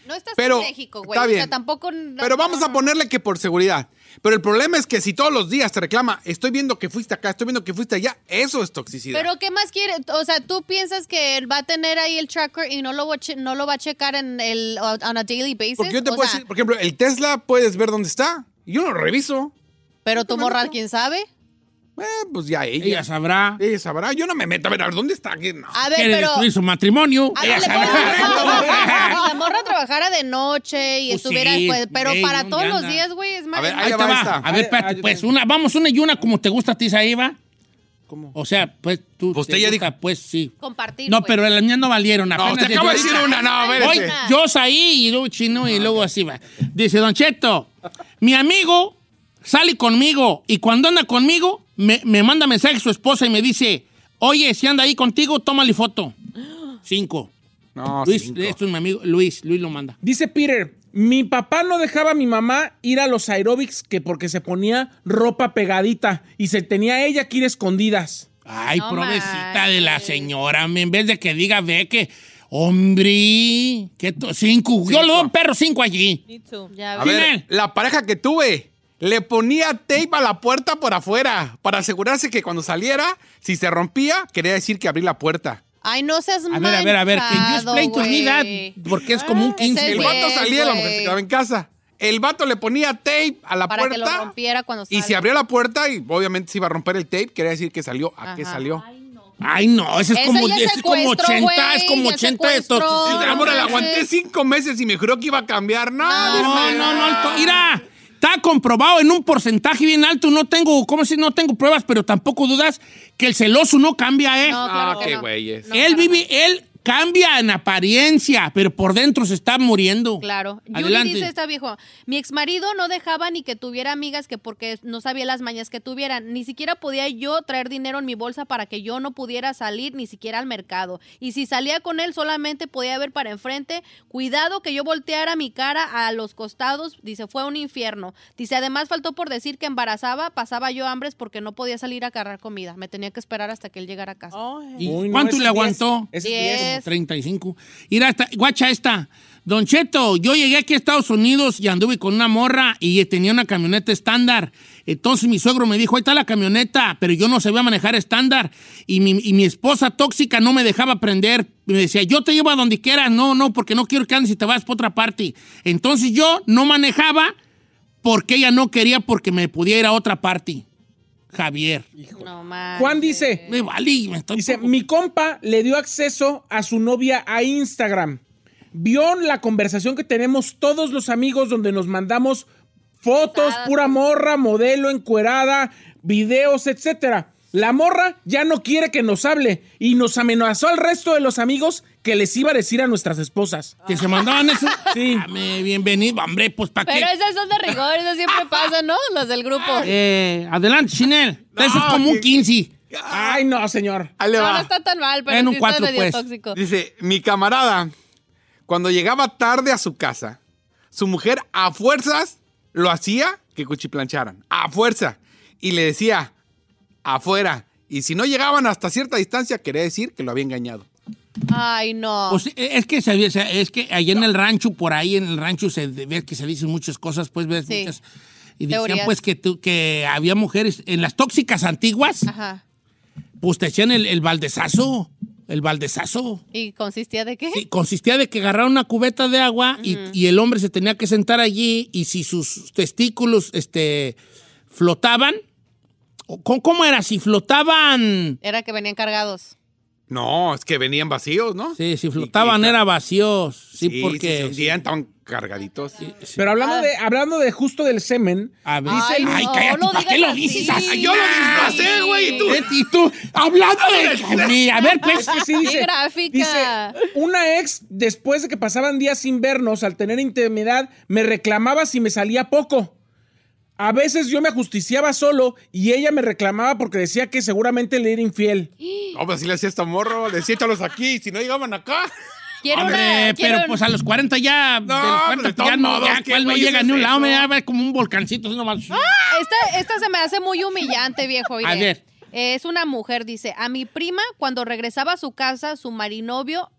No estás
Pero,
en México, güey.
está
O sea,
bien.
tampoco. no-
Pero vamos a ponerle que por seguridad. Pero el problema es que si todos los días te reclama, estoy viendo que fuiste acá, estoy viendo que fuiste allá, eso es toxicidad.
Pero ¿qué más quiere? O sea, tú piensas que él va a tener ahí el tracker y no lo va a, che- no lo va a checar en el on a daily basis.
Porque yo te
O
puedo
sea,
decir, por ejemplo, el Tesla puedes ver dónde está. y Yo no lo reviso.
Pero tu morral, quién sabe.
Eh, pues ya ella.
Ella sabrá.
Ella sabrá. Yo no me meto a ver, a ver dónde está. que no.
A ver,
Quiere
pero.
destruir su matrimonio.
A ver,
Ella
Ah, le pongo-
sabrá.
Si la morra trabajara de noche y
Pues
estuviera
sí,
pues, pero
ey,
para
¿dónde
todos los
anda?
días, güey, es más.
A ver,
Ahí
ahí
te
va
va.
esta.
A ver, espérate,
ah, yo
pues
tengo.
una, vamos una y una como te gusta a ti, Saeva.
¿Cómo?
O sea, pues tú.
Pues
te
usted ya
gusta, Pues sí.
Compartir.
No,
güey.
pero las mías no valieron.
No, usted acaba de decir una, no, a ver.
Hoy,
ese.
yo ahí y luego chino y luego así va. Dice, Don Cheto, mi amigo sale conmigo y cuando anda conmigo me, me manda mensaje su esposa y me dice, oye, si anda ahí contigo, tómale foto. Cinco.
No,
Luis,
cinco.
esto es mi amigo, Luis, Luis lo manda.
Dice Peter, mi papá no dejaba a mi mamá ir a los aeróbics que porque se ponía ropa pegadita y se tenía ella que ir escondidas.
Ay,
No
provecita
manches.
de la señora, me- en vez de que diga, ve que, hombre, que to- cinco. Yo le doy un perro cinco allí.
Me too.
Ya
A
ves.
ver,
Dime.
la pareja que tuve le ponía tape a la puerta por afuera para asegurarse que cuando saliera, si se rompía, quería decir que abrí la puerta.
Ay, no seas
A ver, a ver, a ver, que yo
manchado,
explain to me that,
güey. Ah,
porque es como un
ese es
15.
El
Sí,
vato salía y la mujer se
güey.
quedaba en casa. El vato le ponía tape a la
Para que
puerta.
lo rompiera cuando
y si
salga.
abría la puerta y obviamente se iba a romper el tape, quería decir que salió. ¿A qué
Ajá.
salió?
Ay, no, ese es
Ese
como,
ya
ese es como
secuestro,
80,
güey,
es como
ya
80 de
secuestro.
estos.
Sí, ahora la
manches.
"Ah, aguanté cinco meses y me juró que iba a cambiar. No,
No, no, no, alto. mira, está comprobado en un porcentaje bien alto, no tengo, ¿cómo si no tengo pruebas, pero tampoco dudas que el celoso no cambia, ¿eh?
No, claro
Ah,
que
qué
no.
güeyes.
No,
él
claro
vive, él cambia en apariencia, pero por dentro se está muriendo.
Claro. Yuli
Adelante.
dice esta viejo, mi exmarido no dejaba ni que tuviera amigas que porque no sabía las mañas que tuvieran, ni siquiera podía yo traer dinero en mi bolsa para que yo no pudiera salir ni siquiera al mercado. Y si salía con él solamente podía ver para enfrente, cuidado que yo volteara mi cara a los costados, dice, fue un infierno. Dice, además faltó por decir que embarazaba, pasaba yo hambres porque no podía salir a agarrar comida, me tenía que esperar hasta que él llegara a casa.
Ay.
¿Y
Uy, no,
¿Cuánto le
ese es diez.
aguantó?
Ese
Diez.
es diez.
Como 35. Mira, esta, guacha esta. Don Cheto, yo llegué aquí a Estados Unidos y anduve con una morra y tenía una camioneta estándar. Entonces mi suegro me dijo, ahí está la camioneta, pero yo no sabía manejar estándar. Y mi, y mi esposa tóxica no me dejaba aprender. Me decía, yo te llevo a donde quieras. No, no, porque no quiero que andes y te vas para otra parte. Entonces yo no manejaba porque ella no quería porque me pudiera ir a otra parte. Javier.
No manches.
Juan dice,
Me vale, me estoy...
dice, mi compa le dio acceso a su novia a Instagram. Vio la conversación que tenemos todos los amigos donde nos mandamos fotos,
Pesadas.
pura morra, modelo, encuerada, videos, etcétera. La morra ya no quiere que nos hable y nos amenazó al resto de los amigos que les iba a decir a nuestras esposas.
¿Que se mandaban eso?
Sí.
Dame, bienvenido, hombre, pues para qué.
Pero esas son de rigor, esas siempre pasan, ¿no? Las del grupo.
Eh, adelante, Chinel. eso es como un 15.
Ay, no, señor.
Ahí le
No,
va.
no está tan mal, pero
En un
sí
cuatro,
está medio
pues.
tóxico.
Dice, mi camarada, cuando llegaba tarde a su casa, su mujer a fuerzas lo hacía que cuchiplancharan. A fuerza. Y le decía, afuera. Y si no llegaban hasta cierta distancia, quería decir que lo había engañado.
Ay, no.
Pues, eh, es que se- se- es que allá en el rancho, por ahí en el rancho se ve que se dicen muchas cosas, pues ves
Sí.
muchas. Y decían
Teorías.
pues que tú- que había mujeres en las tóxicas antiguas,
Ajá.
pues te hacían el, el baldezazo. El baldezazo.
¿Y consistía de qué?
Sí, consistía de que agarraron una cubeta de agua y- y, el hombre se tenía que sentar allí y si sus testículos este, flotaban, o ¿cómo, cómo era? Si flotaban...
Era que venían cargados.
No, es que venían vacíos, ¿no?
Sí, si flotaban
Y- y-
era vacíos. Sí,
Sí, sí,
porque...
se hundían, estaban cargaditos.
Pero hablando de, hablando de justo del semen,
A ver.
Ah. Ay,
Ay,
no,
cállate,
no
¿para qué
digas
lo dices
así.
así?
Yo lo disfracé, güey, y tú.
Y tú, hablando de... A mí, A ver, pues...
Es que sí dice.
¡Qué gráfica!
dice, una ex, después de que pasaban días sin vernos, al tener intimidad, me reclamaba si me salía poco. A veces yo me ajusticiaba solo y ella me reclamaba porque decía que seguramente le era infiel.
No, pues así le hacía esta morro, le decía, échalos aquí. Y si no llegaban acá.
Quiero
Hombre,
una.
pero
quiero un-
pues a los 40 ya, de los 40
hombre, de
pues, ya
todos
no,
modos,
ya
¿qué
cual no
güey
llega
es
ni un lado,
eso?
me da como un volcancito, así nomás.
Esta, esta se me hace muy humillante, viejo. mire.
A ver.
Es una mujer, dice. A mi prima, cuando regresaba a su casa, su marinovio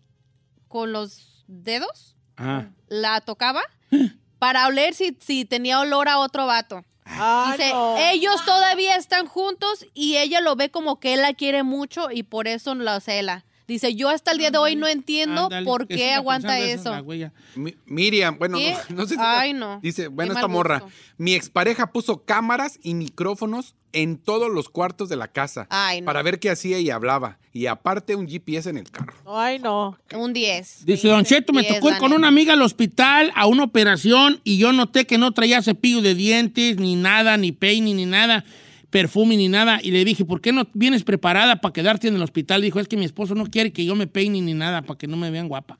con los dedos
Ah.
Ajá.
la tocaba
Mm.
para oler si, si tenía olor a otro vato.
Ah,
Dice,
no.
ellos todavía están juntos y ella lo ve como que él la quiere mucho y por eso la cela. Dice, yo hasta el día de hoy no entiendo
Ándale,
por
que
qué
siga
aguanta
pensando esa
eso.
la huella.
Mi- Miriam, bueno,
¿Qué?
no, no sé si.
Ay, no.
Dice,
Qué
bueno,
mal
esta morra.
gusto.
Mi expareja puso cámaras y micrófonos en todos los cuartos de la casa
Ay, no.
para ver qué hacía y hablaba. Y aparte, un GPS en el carro.
Ay, no.
Un 10.
Dice Don Cheto, me
Diez,
tocó ir
la
con
neta.
una amiga al hospital a una operación y yo noté que no traía cepillo de dientes, ni nada, ni peine, ni nada, perfume, ni nada. Y le dije, ¿por qué no vienes preparada para quedarte en el hospital? Dijo, es que mi esposo no quiere que yo me peine ni nada para que no me vean guapa.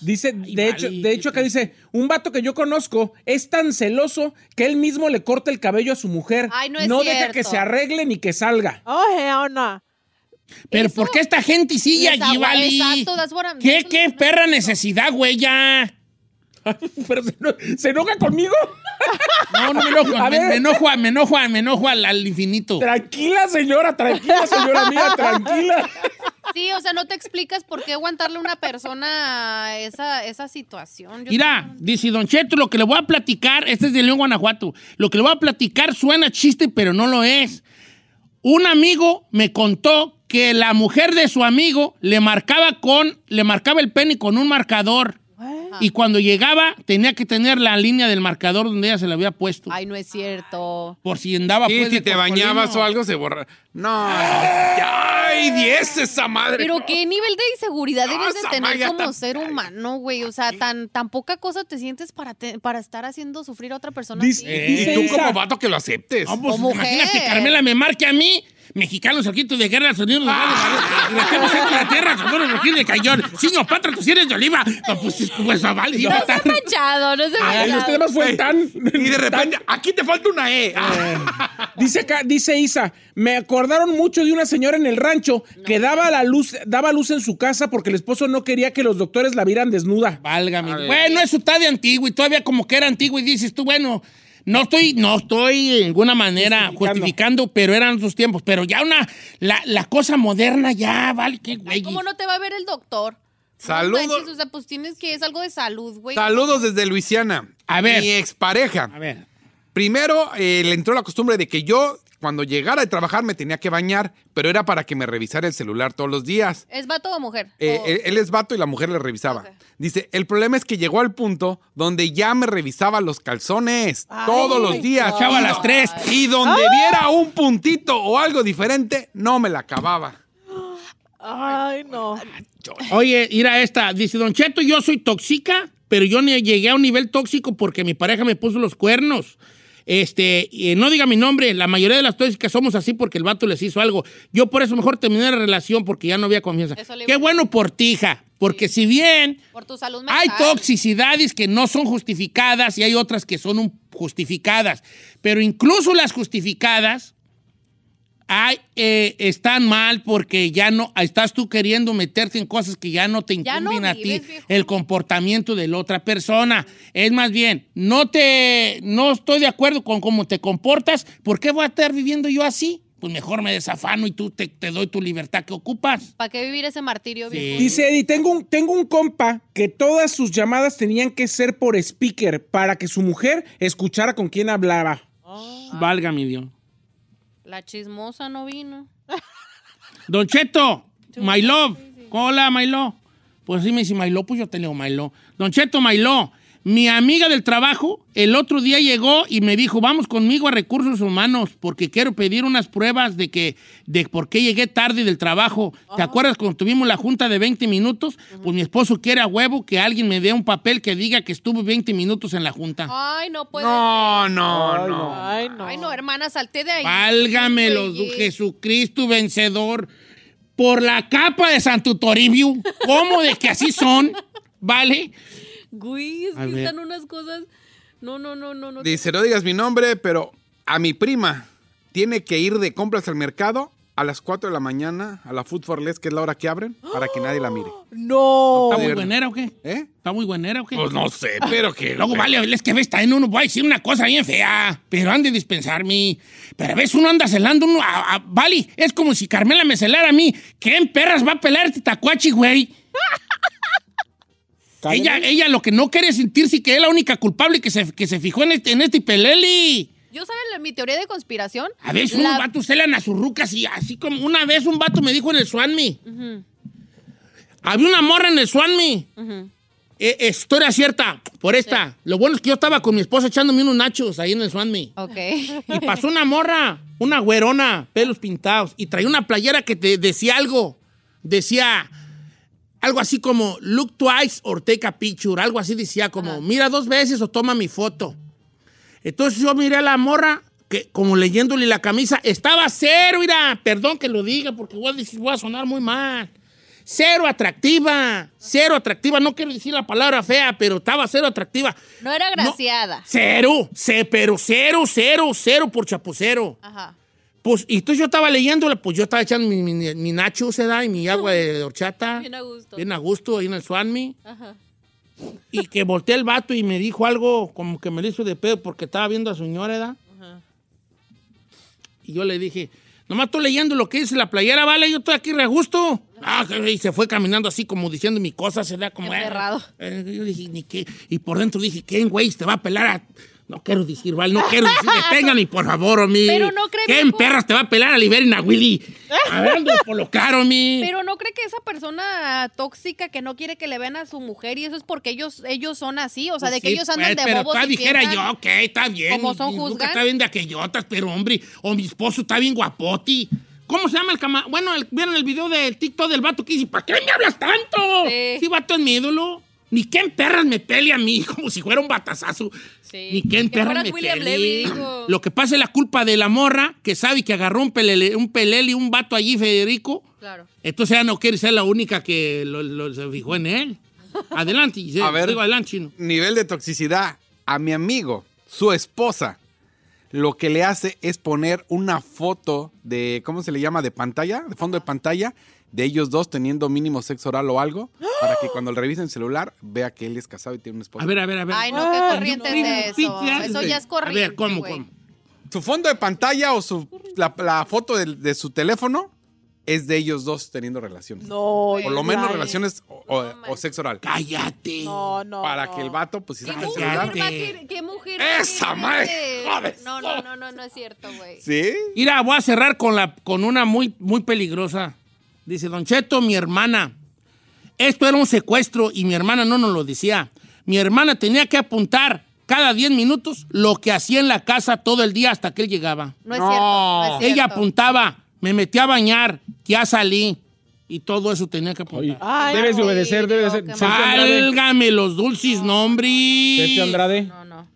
Dice, de hecho,
vale,
de hecho acá dice, un vato que yo conozco es tan celoso que él mismo le corta el cabello a su mujer.
Ay, no es
deja que
cierto.
se arregle ni que salga.
Oh, hell no.
Pero
Eso-
¿por qué esta gente sigue
Esa-
allí, vale?
exacto, that's what I'm-
¿Qué,
that's what
qué
I'm-
perra necesidad, güey, ya?
Pero se, eno- ¿se enoja conmigo.
No, no me enojo,
A
me,
ver.
me enojo, me enojo, me enojo al, al infinito.
Tranquila, señora, tranquila, señora mía, tranquila.
Sí, o sea, no te explicas por qué aguantarle a una persona esa, esa situación. Yo
Mira, dice Don Cheto, lo que le voy a platicar, este es de León, Guanajuato, lo que le voy a platicar suena chiste, pero no lo es. Un amigo me contó que la mujer de su amigo le marcaba con, le marcaba el pene con un marcador. Y cuando llegaba, tenía que tener la línea del marcador donde ella se la había puesto.
Ay, no es cierto.
Por si andaba
Sí,
pues,
si
de
te
coscolino.
bañabas o algo, se borra. No. ¡Ay, 10 esa madre!
Pero qué nivel de inseguridad
No,
debes de
esa
tener
maga
como
tan-
ser humano, güey. O sea, tan, tan poca cosa te sientes para, te- para estar haciendo sufrir a otra persona.
Dice-
así.
dice
Tú
Isa,
como vato que lo aceptes.
No, pues,
O mujer.
imagínate, Carmela me marque a mí. Mexicanos, ojitos de guerra, sonidos de guerra, Gratemos en la tierra, sonoros, rugir de cañón. Siño, patra, tus eres de oliva. No, pues, pues, vale, iba a
No se
estar.
ha manchado, no se ha
Ay, los
manchado.
temas fueron tan... Eh,
Y de repente, aquí te falta una E.
Dice acá, dice Isa, me acordaron mucho de una señora en el rancho que daba la luz, daba luz en su casa porque el esposo no quería que los doctores la vieran desnuda.
Válgame. Bueno, eso está de antiguo y todavía como que era antiguo y dices tú, bueno, no estoy, no estoy de ninguna manera justificando,
Justificando.
pero eran sus tiempos. Pero ya una, la, la cosa moderna ya, vale, qué güey.
¿Cómo no te va a ver el doctor? No
Saludos.
manches, o sea, pues tienes que, es algo de salud, güey.
Saludos desde Luisiana.
A ver.
Mi expareja.
A ver.
Primero eh, le entró la costumbre de que yo, cuando llegara de trabajar, me tenía que bañar, pero era para que me revisara el celular todos los días.
¿Es vato o mujer?
Eh,
Oh,
O-
él, él es vato y la mujer le revisaba.
Ok.
Dice, el problema es que llegó al punto donde ya me revisaba los calzones
Ay,
todos los días.
Chava, a las tres.
Y donde viera un puntito o algo diferente, no me la acababa.
Ay, no.
Oye, ir a esta. Dice, Don Cheto, yo soy tóxica, pero yo ni llegué a un nivel tóxico porque mi pareja me puso los cuernos. Este, eh, no diga mi nombre, la mayoría de las tóxicas somos así porque el vato les hizo algo. Yo por eso mejor terminé la relación porque ya no había confianza.
Eso le iba
Qué
a
bueno por ti, hija, porque si bien
por tu salud mental.
hay toxicidades que no son justificadas y hay otras que son un- justificadas, pero incluso las justificadas hay, eh, están mal porque ya no estás tú queriendo meterte en cosas que ya no te
Ya no
incumben a ti
vives, viejo.
el comportamiento de la otra persona. Es más bien, no te no estoy de acuerdo con cómo te comportas, ¿por qué voy a estar viviendo yo así? Pues mejor me desafano y tú te, te doy tu libertad que ocupas.
¿Para qué vivir ese martirio,
Sí.
viejo?
Dice Eddie, tengo un, tengo un compa que todas sus llamadas tenían que ser por speaker para que su mujer escuchara con quién hablaba.
Ah.
Valga mi Dios.
La chismosa no vino.
Don Cheto, my love. Hola, my love. Pues sí me dice my love, pues yo te leo my love. Don Cheto, my love. Mi amiga del trabajo el otro día llegó y me dijo, vamos conmigo a recursos humanos porque quiero pedir unas pruebas de que de por qué llegué tarde del trabajo. ¿Te acuerdas cuando tuvimos la junta de 20 minutos? Pues mi esposo quiere a huevo que alguien me dé un papel que diga que estuve 20 minutos en la junta.
Ay, no puede
Ah. No, no, no.
Ay, no.
ser. Ay, no, hermana, salte de ahí.
Válgame los
Güey.
Jesucristo vencedor por la capa de Santo Toribio. ¿Cómo de que así son? ¿Vale?
Güey, es
A
que
ver.
están unas cosas. No, no, no, no, no.
Dice, no digas mi nombre, pero a mi prima tiene que ir de compras al mercado a las 4 de la mañana, a la Food for Less, que es la hora que abren, para que nadie la mire.
No.
¿Está muy
Joder.
buenera o qué?
¿Eh?
¿Está muy buenera o qué?
Pues no sé, pero que...
Luego, vale, es que ves, también uno va a decir una cosa bien fea, pero han de dispensarme. Pero ves, uno anda celando, uno, a- a- vale, es como si Carmela me celara a mí. ¿Qué en perras va a pelar este tacuachi, güey? Ella, ella lo que no quiere es sentirse que es la única culpable que se, que se fijó en este, en este peleli.
¿Yo saben lo- mi teoría de conspiración?
A veces
La-
unos vatos celan a sus rucas y así como una vez un vato me dijo en el Swanmi.
Ujú,
Había una morra en el Swanmi.
ujú.
Eh, eh, historia cierta, por esta. Lo bueno es que yo estaba con mi esposa echándome unos nachos ahí en el Swanmi.
Ok.
Y pasó una morra, una güerona, pelos pintados, y traía una playera que te decía algo. Decía algo así como, look twice or take a picture. Algo así decía como, mira dos veces o toma mi foto. Entonces yo miré a la morra, que como leyéndole la camisa, estaba cero, mira, perdón que lo diga, porque voy a, decir- voy a sonar muy mal. Cero atractiva, cero atractiva, no quiero decir la palabra fea, pero estaba cero atractiva.
No era graciada.
Cero, ce- pero cero, cero, cero por chapucero.
Ajá.
Pues, y entonces yo estaba leyéndola, pues yo estaba echando mi, mi, mi nacho, se da, y mi agua de, de horchata.
Bien a gusto.
Bien a gusto, ahí en el Swanmi.
Ajá.
Y que volteé el vato y me dijo algo como que me lo hizo de pedo porque estaba viendo a su señora, ¿da? Y yo le dije, nomás estoy leyendo lo que dice la playera, vale, yo estoy aquí re a gusto. Ah, y se fue caminando así como diciendo mi cosa, se da como...
Emperrado.
eh, yo dije, ni qué. Y por dentro dije, ¿quién, güey? Te va a pelar a... No quiero decir, vale, no quiero decir, deténgame, por favor, Omi.
Pero no cree,
¿Quién
viejo.
perras te va a pelar a Liberina Willy? Hablando por lo caro, mi.
Pero no cree que esa persona tóxica que no quiere que le vean a su mujer y eso es porque ellos ellos son así, o sea, de que
Sí,
ellos andan
pues,
de
pero
bobos
pa,
y
dijera
piensan-
yo, ok, está bien.
como
mi-
son
mi ruca
juzgan.
está bien de aquellotas, pero hombre, o mi esposo está bien guapoti. ¿Cómo se llama el cama? Bueno, el- vieron el video del TikTok del vato que dice, ¿para qué me hablas tanto?
Sí.
Sí, vato es mi ídolo. Ni que en perras me pele a mí, como si fuera un batazazo.
Sí.
Ni que en
Que
perras
fueras
me
William
pele.
Levy, digo.
Lo que pasa es la culpa de la morra, que sabe que agarró un pelele, un pelele, un vato allí, Federico.
Claro.
Entonces ella no quiere ser la única que lo, lo- se fijó en él. Adelante, Giselle.
A ver.
Digo, adelante, chino.
Nivel de toxicidad. A mi amigo, su esposa, lo que le hace es poner una foto de, ¿cómo se le llama? De pantalla, de fondo de pantalla, de ellos dos teniendo mínimo sexo oral o algo, para que cuando le revisen el celular vea que él es casado y tiene una esposa.
A ver, a ver, a ver.
Ay, no, qué
Ah,
corriente
no, no,
es eso.
no, no, no,
Eso ya es
A
corriente.
ver, ¿cómo,
güey.
cómo?
Su fondo de pantalla o su, la, la foto de, de su teléfono es de ellos dos teniendo relaciones.
No,
Por lo menos
ya,
relaciones o, o-
No, man.
o sexo oral.
Cállate.
No, no.
para
no.
que el vato, pues, si
¿Qué
saca el
mujer,
celular.
Cállate.
va a querer- qué mujer va a
¡Esa
querer
madre!
este?
¡Joder!
No, no, no, no, no es cierto, güey.
¿Sí?
Mira, voy a cerrar con, la, con una muy, muy peligrosa. Dice, Don Cheto, mi hermana. Esto era un secuestro y mi hermana no nos lo decía. Mi hermana tenía que apuntar cada 10 minutos lo que hacía en la casa todo el día hasta que él llegaba.
No es cierto. no es
Ella
cierto.
apuntaba, me metí a bañar, ya salí. Y todo eso tenía que
Oye,
apuntar.
Ay,
debes de
no.
obedecer, debes de ser.
Digo, qué
Sergio Andrade.
Válgame los dulces nombres.
Sergio Andrade.
No, no.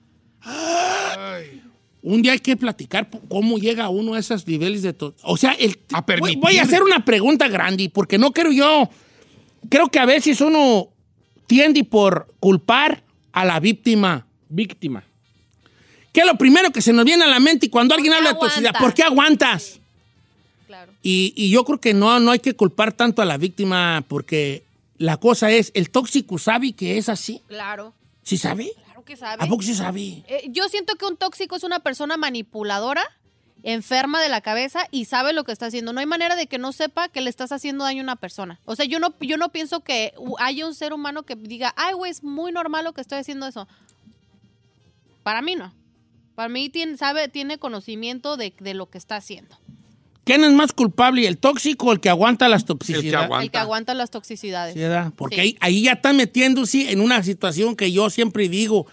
Un día hay que platicar po- cómo llega uno a esos niveles de... to- O sea, el
A
voy,
permitir.
voy a hacer una pregunta grande, porque no creo yo... Creo que a veces uno tiende por culpar a la víctima.
Víctima.
Que es lo primero que se nos viene a la mente y cuando alguien
qué
habla de toxicidad,
aguantas?
¿por qué aguantas?
Claro.
Y, y yo creo que no, no hay que culpar tanto a la víctima, porque la cosa es, el tóxico sabe que es así.
Claro.
¿Sí sabe?
Claro que sabe.
¿A poco sí sabe?
Eh, yo siento que un tóxico es una persona manipuladora, enferma de la cabeza y sabe lo que está haciendo. No hay manera de que no sepa que le estás haciendo daño a una persona. O sea, yo no, yo no pienso que u- haya un ser humano que diga, ay, güey, es muy normal lo que estoy haciendo eso. Para mí no. Para mí tiene, sabe, tiene conocimiento de, de lo que está haciendo.
¿Quién es más culpable, el tóxico o el que aguanta las
El
toxicidades?
que aguanta.
El que aguanta las toxicidades.
Sí, ¿verdad? Porque
Sí.
ahí, ahí ya está metiéndose en una situación que yo siempre digo,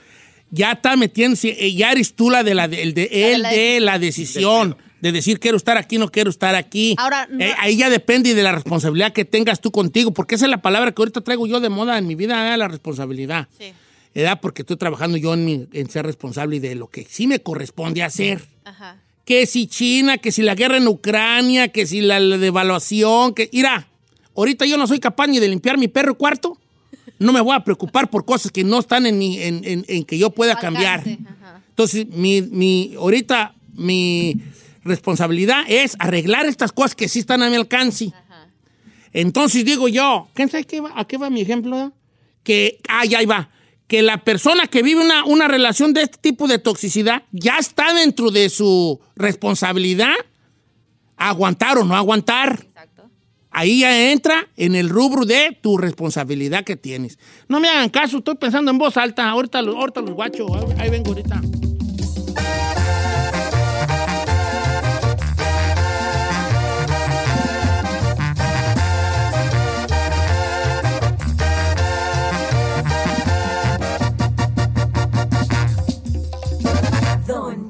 ya está metiéndose, eh, ya eres tú la de la de, el de, él
la
de la decisión de decir quiero estar aquí, no quiero estar aquí.
Ahora, no-
Eh, ahí ya depende de la responsabilidad que tengas tú contigo, porque esa es la palabra que ahorita traigo yo de moda en mi vida, eh, la responsabilidad.
Sí.
¿verdad? Porque estoy trabajando yo en, mi- en ser responsable de lo que sí me corresponde hacer
Ajá.
que si China, que si la guerra en Ucrania, que si la, la devaluación, que... Mira, ahorita yo no soy capaz ni de limpiar mi perro cuarto. No me voy a preocupar por cosas que no están en, mi- en- en- en que yo pueda cambiar.
Alcance, ajá.
Entonces, mi, mi- ahorita mi responsabilidad es arreglar estas cosas que sí están a mi alcance. Entonces digo yo, ¿quién sabe qué va- a qué va mi ejemplo? eh? Que, ah, ya ahí va, que la persona que vive una, una relación de este tipo de toxicidad ya está dentro de su responsabilidad aguantar o no aguantar.
Exacto.
Ahí ya entra en el rubro de tu responsabilidad que tienes. No me hagan caso, estoy pensando en voz alta. Ahorita, los- ahorita los guachos, ahí vengo ahorita.
Don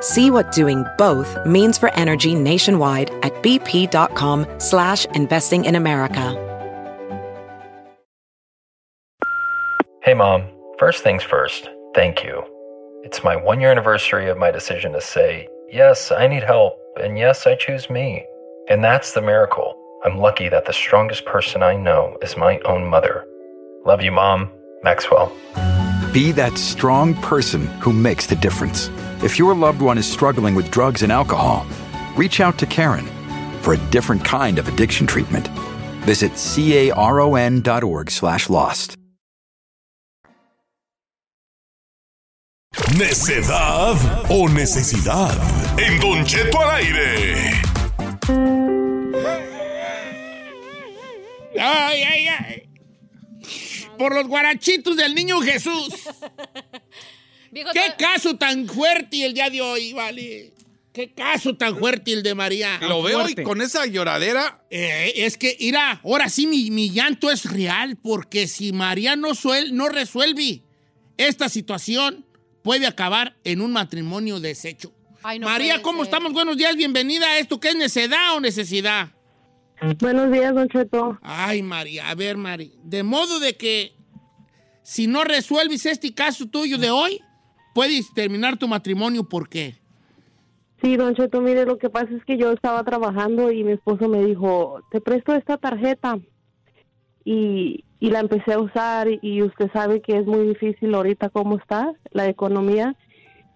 See what doing both means for energy nationwide at bp.com slash investing in America.
Hey mom, first things first, thank you. It's my one year anniversary of my decision to say, yes, I need help, and yes, I choose me. And that's the miracle. I'm lucky that the strongest person I know is my own mother. Love you, mom. Maxwell.
Be that strong person who makes the difference. If your loved one is struggling with drugs and alcohol, reach out to Karen for a different kind of addiction treatment. Visit caron.org slash lost.
¿Necedad o necesidad? En Don Cheto al aire.
Ay, ay, ay. Por los guarachitos del niño Jesús. Qué caso tan fuerte el día de hoy, vale. Qué caso tan fuerte el de María.
Lo veo y con esa lloradera.
Eh, es que, mira, ahora sí mi, mi llanto es real, porque si María no, suel- no resuelve esta situación, puede acabar en un matrimonio deshecho. María, ¿cómo estamos? Buenos días, bienvenida a esto. ¿Qué es necedad o necesidad?
Buenos días, Don Cheto.
Ay, María, a ver, María. De modo de que si no resuelves este caso tuyo de hoy, puedes terminar tu matrimonio. ¿Por qué?
Sí, Don Cheto, mire, lo que pasa es que yo estaba trabajando y mi esposo me dijo, te presto esta tarjeta. Y, y la empecé a usar y usted sabe que es muy difícil ahorita cómo está la economía.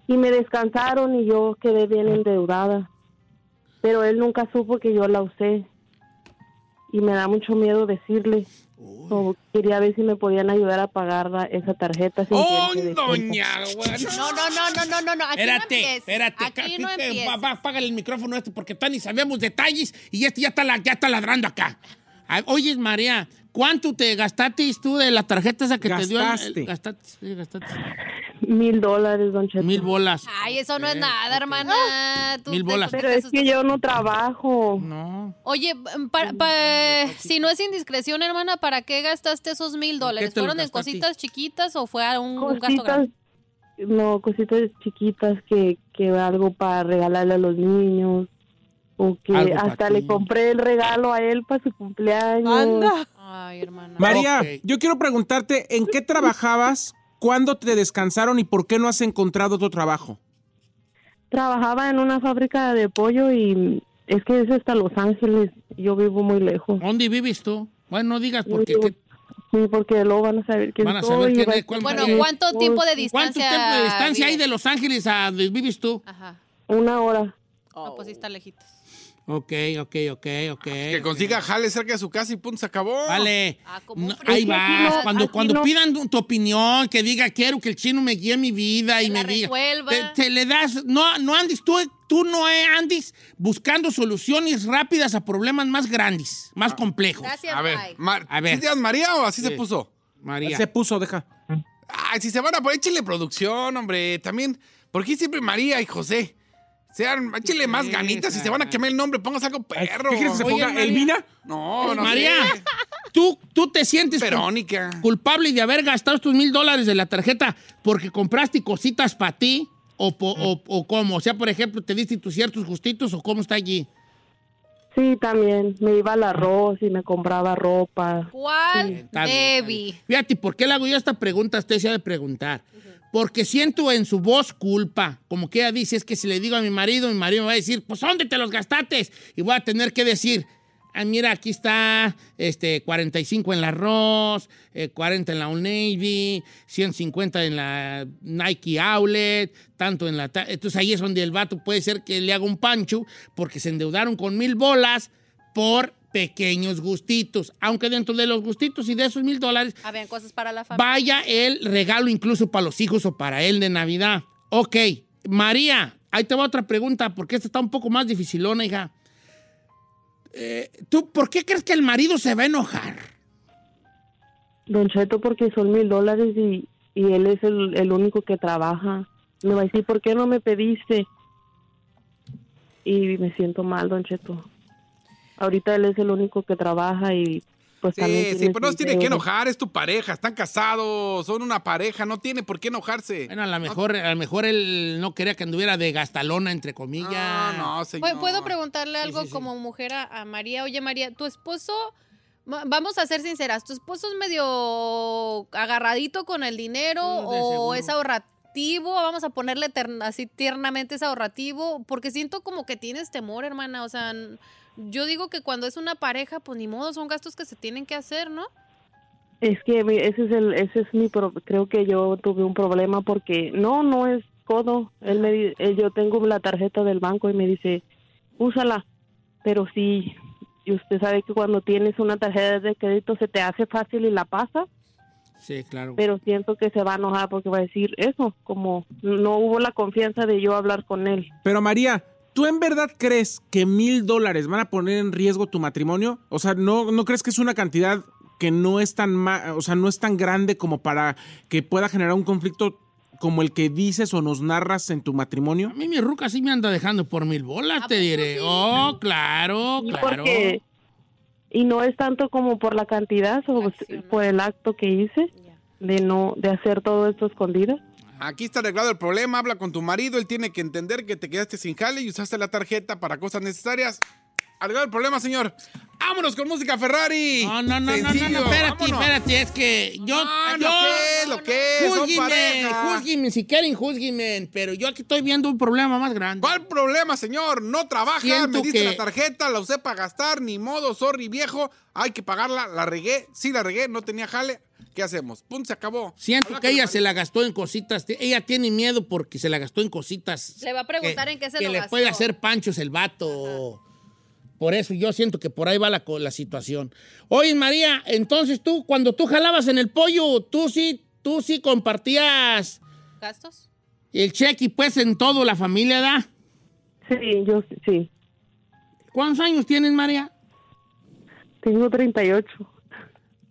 Y me descansaron y yo quedé bien
Ah.
endeudada. Pero él nunca supo que yo la usé. Y me da mucho miedo decirle. So, quería ver si me podían ayudar a pagar la- esa tarjeta. sin que
¡Oh,
él se dé cuenta.
No, no, no, no, no, no, no. Aquí no
espérate,
empieces.
espérate.
Aquí no
Ca- ca-
empieces.
va- va, apágale el micrófono a este porque tan ni sabemos detalles y este ya está, la- ya está ladrando acá. Ay, Oye, María, ¿cuánto te gastaste tú de la tarjeta esa que te dio?
Gastaste.
el- el- gastaste, sí, gastaste.
Mil dólares, Don Cheto.
Mil bolas.
Ay, eso no es nada, hermana. Tú
Mil
te
bolas.
Pero es que yo no trabajo.
No.
Oye, em, pa- pa- si no es indiscreción, hermana, ¿para qué gastaste esos mil dólares?
te lo
¿Fueron en
gastaste?
cositas chiquitas o fue a un, un gasto
Cositas,
grande?
no, cositas chiquitas que, que algo para regalarle a los niños. O que
Algo pa'
hasta le compré el regalo a él para su cumpleaños.
Anda.
Ay, hermana.
María, yo quiero preguntarte, ¿en qué trabajabas? ¿Cuándo te descansaron y por qué no has encontrado otro trabajo?
Trabajaba en una fábrica de pollo y es que es hasta Los Ángeles. Yo vivo muy lejos.
¿Dónde vives tú? Bueno, no digas porque...
Yo-
¿qué?
Sí, porque luego van a saber quién
Van a saber
soy y
quién
va a Pues,
es, cuál-
estar
Bueno,
bien.
¿cuánto tiempo de
¿Cuánto
distancia?
tiempo de distancia hay
vives?
de Los Ángeles a donde vives tú?
Ajá.
Una hora.
Oh.
No, pues sí está lejitos.
Ok, ok, ok, ok.
Que consiga jale cerca de su casa y punto, se acabó.
Vale.
Ah,
No,
frío.
ahí
Es que
vas.
aquí no-
cuando
aquí
cuando
no-
pidan tu- tu opinión, que diga quiero que el chino me guíe mi vida y me diga.
resuelva.
Te, te le das. No, no andes. Tú, tú no eh, andes buscando soluciones rápidas a problemas más grandes, más complejos.
Gracias,
Ah. A ver, bye. Mar- ¿sí te llamas María o así se puso?
María.
Se puso, deja.
Ay, si se van a poner, échale producción, hombre. También, ¿por qué siempre María y José? Sean, échale más ganitas. Si se van a quemar el nombre, pongas algo perro.
¿Qué quieres que se
Oye,
ponga?
María.
¿Elvina?
No, no.
María,
sé.
tú, tú te sientes cul-
Verónica.
culpable de haber gastado tus mil dólares de la tarjeta porque compraste cositas para ti o, po- o, o cómo. O sea, por ejemplo, te diste tus ciertos gustitos o cómo está allí.
Sí, también. Me iba al arroz y me compraba ropa.
¿Cuál?
Está bien, está
Debbie.
bien. Fíjate, ¿por qué le hago yo esta pregunta? Usted se ha de preguntar. Porque siento en su voz culpa. Como que ella dice, es que si le digo a mi marido, mi marido me va a decir, pues ¿dónde te los gastaste? Y voy a tener que decir, Ah, mira, aquí está este, 45 en la Ross, eh, 40 en la Old Navy, 150 en la Nike Outlet, tanto en la... ta- Entonces ahí es donde el vato puede ser que le haga un pancho porque se endeudaron con mil bolas por pequeños gustitos. Aunque dentro de los gustitos y de esos mil dólares
Habían Ah, cosas para la familia.
vaya el regalo incluso para los hijos o para él de Navidad. Ok, María, ahí te va otra pregunta, porque esta está un poco más dificilona, hija. Eh, ¿Tú por qué crees que el marido se va a enojar?
Don Cheto, porque son mil dólares y, y él es el, el único que trabaja. Me va a decir, ¿por qué no me pediste? Y me siento mal, Don Cheto. Ahorita él es el único que trabaja y pues también...
Sí, sí,
tiene
pero no se
sus
tiene que
deudas.
enojar, es tu pareja, están casados, son una pareja, no tiene por qué enojarse.
Bueno, a lo mejor, a lo mejor él no quería que anduviera de gastalona, entre comillas. Pues,
No, no,
Pu- ¿Puedo preguntarle algo como mujer a, a María? Oye, María, tu esposo, va- vamos a ser sinceras, ¿tu esposo es medio agarradito con el dinero o es ahorrativo? Vamos a ponerle tern- así tiernamente es ahorrativo, porque siento como que tienes temor, hermana. O sea, n- yo digo que cuando es una pareja, pues ni modo, son gastos que se tienen que hacer, ¿no?
Es que mi- ese es el, ese es mi, pro- creo que yo tuve un problema porque no, no es codo. Él me, di- eh, yo tengo la tarjeta del banco y me dice, úsala, pero sí, y usted sabe que cuando tienes una tarjeta de crédito se te hace fácil y la pasa,
Sí, claro.
pero siento que se va a enojar porque va a decir eso, como no hubo la confianza de yo hablar con él.
Pero María, ¿tú en verdad crees que mil dólares van a poner en riesgo tu matrimonio? O sea, ¿no, no crees que es una cantidad que no es tan ma- o sea, no es tan grande como para que pueda generar un conflicto como el que dices o nos narras en tu matrimonio?
A mí mi ruca sí me anda dejando por mil bolas, te diré. Oh, claro,
Y
claro.
porque- y no es tanto como por la cantidad, sino por el acto que hice de no, de hacer todo esto escondido.
Aquí está arreglado el problema, habla con tu marido, él tiene que entender que te quedaste sin jale y usaste la tarjeta para cosas necesarias. Arreglado el problema, señor. ¡Vámonos con música Ferrari!
No, no, no, no, no, no, espérate, espérate, es que yo...
No,
yo
Ah, lo que es, lo que es, son
júzguenme,
pareja.
júzguenme, si quieren, júzguenme, pero yo aquí estoy viendo un problema más grande.
¿Cuál problema, señor? No trabaja,
Siento
me diste
que-
la tarjeta, la usé para gastar, ni modo, sorry viejo, hay que pagarla, la regué, sí la regué, no tenía jale, ¿qué hacemos? Pum, se acabó.
Siento que ella se la gastó en cositas. Te- Ella tiene miedo porque se la gastó en cositas.
Le va a preguntar en qué se
que
lo
le
gastó.
puede hacer panchos el vato. Por eso yo siento que por ahí va la, co- la situación. Oye, María, entonces tú, cuando tú jalabas en el pollo, tú sí, tú sí compartías
¿Gastos?
el cheque, pues, en todo la familia, ¿da?
Sí, yo sí.
¿Cuántos años tienes, María?
Tengo 38.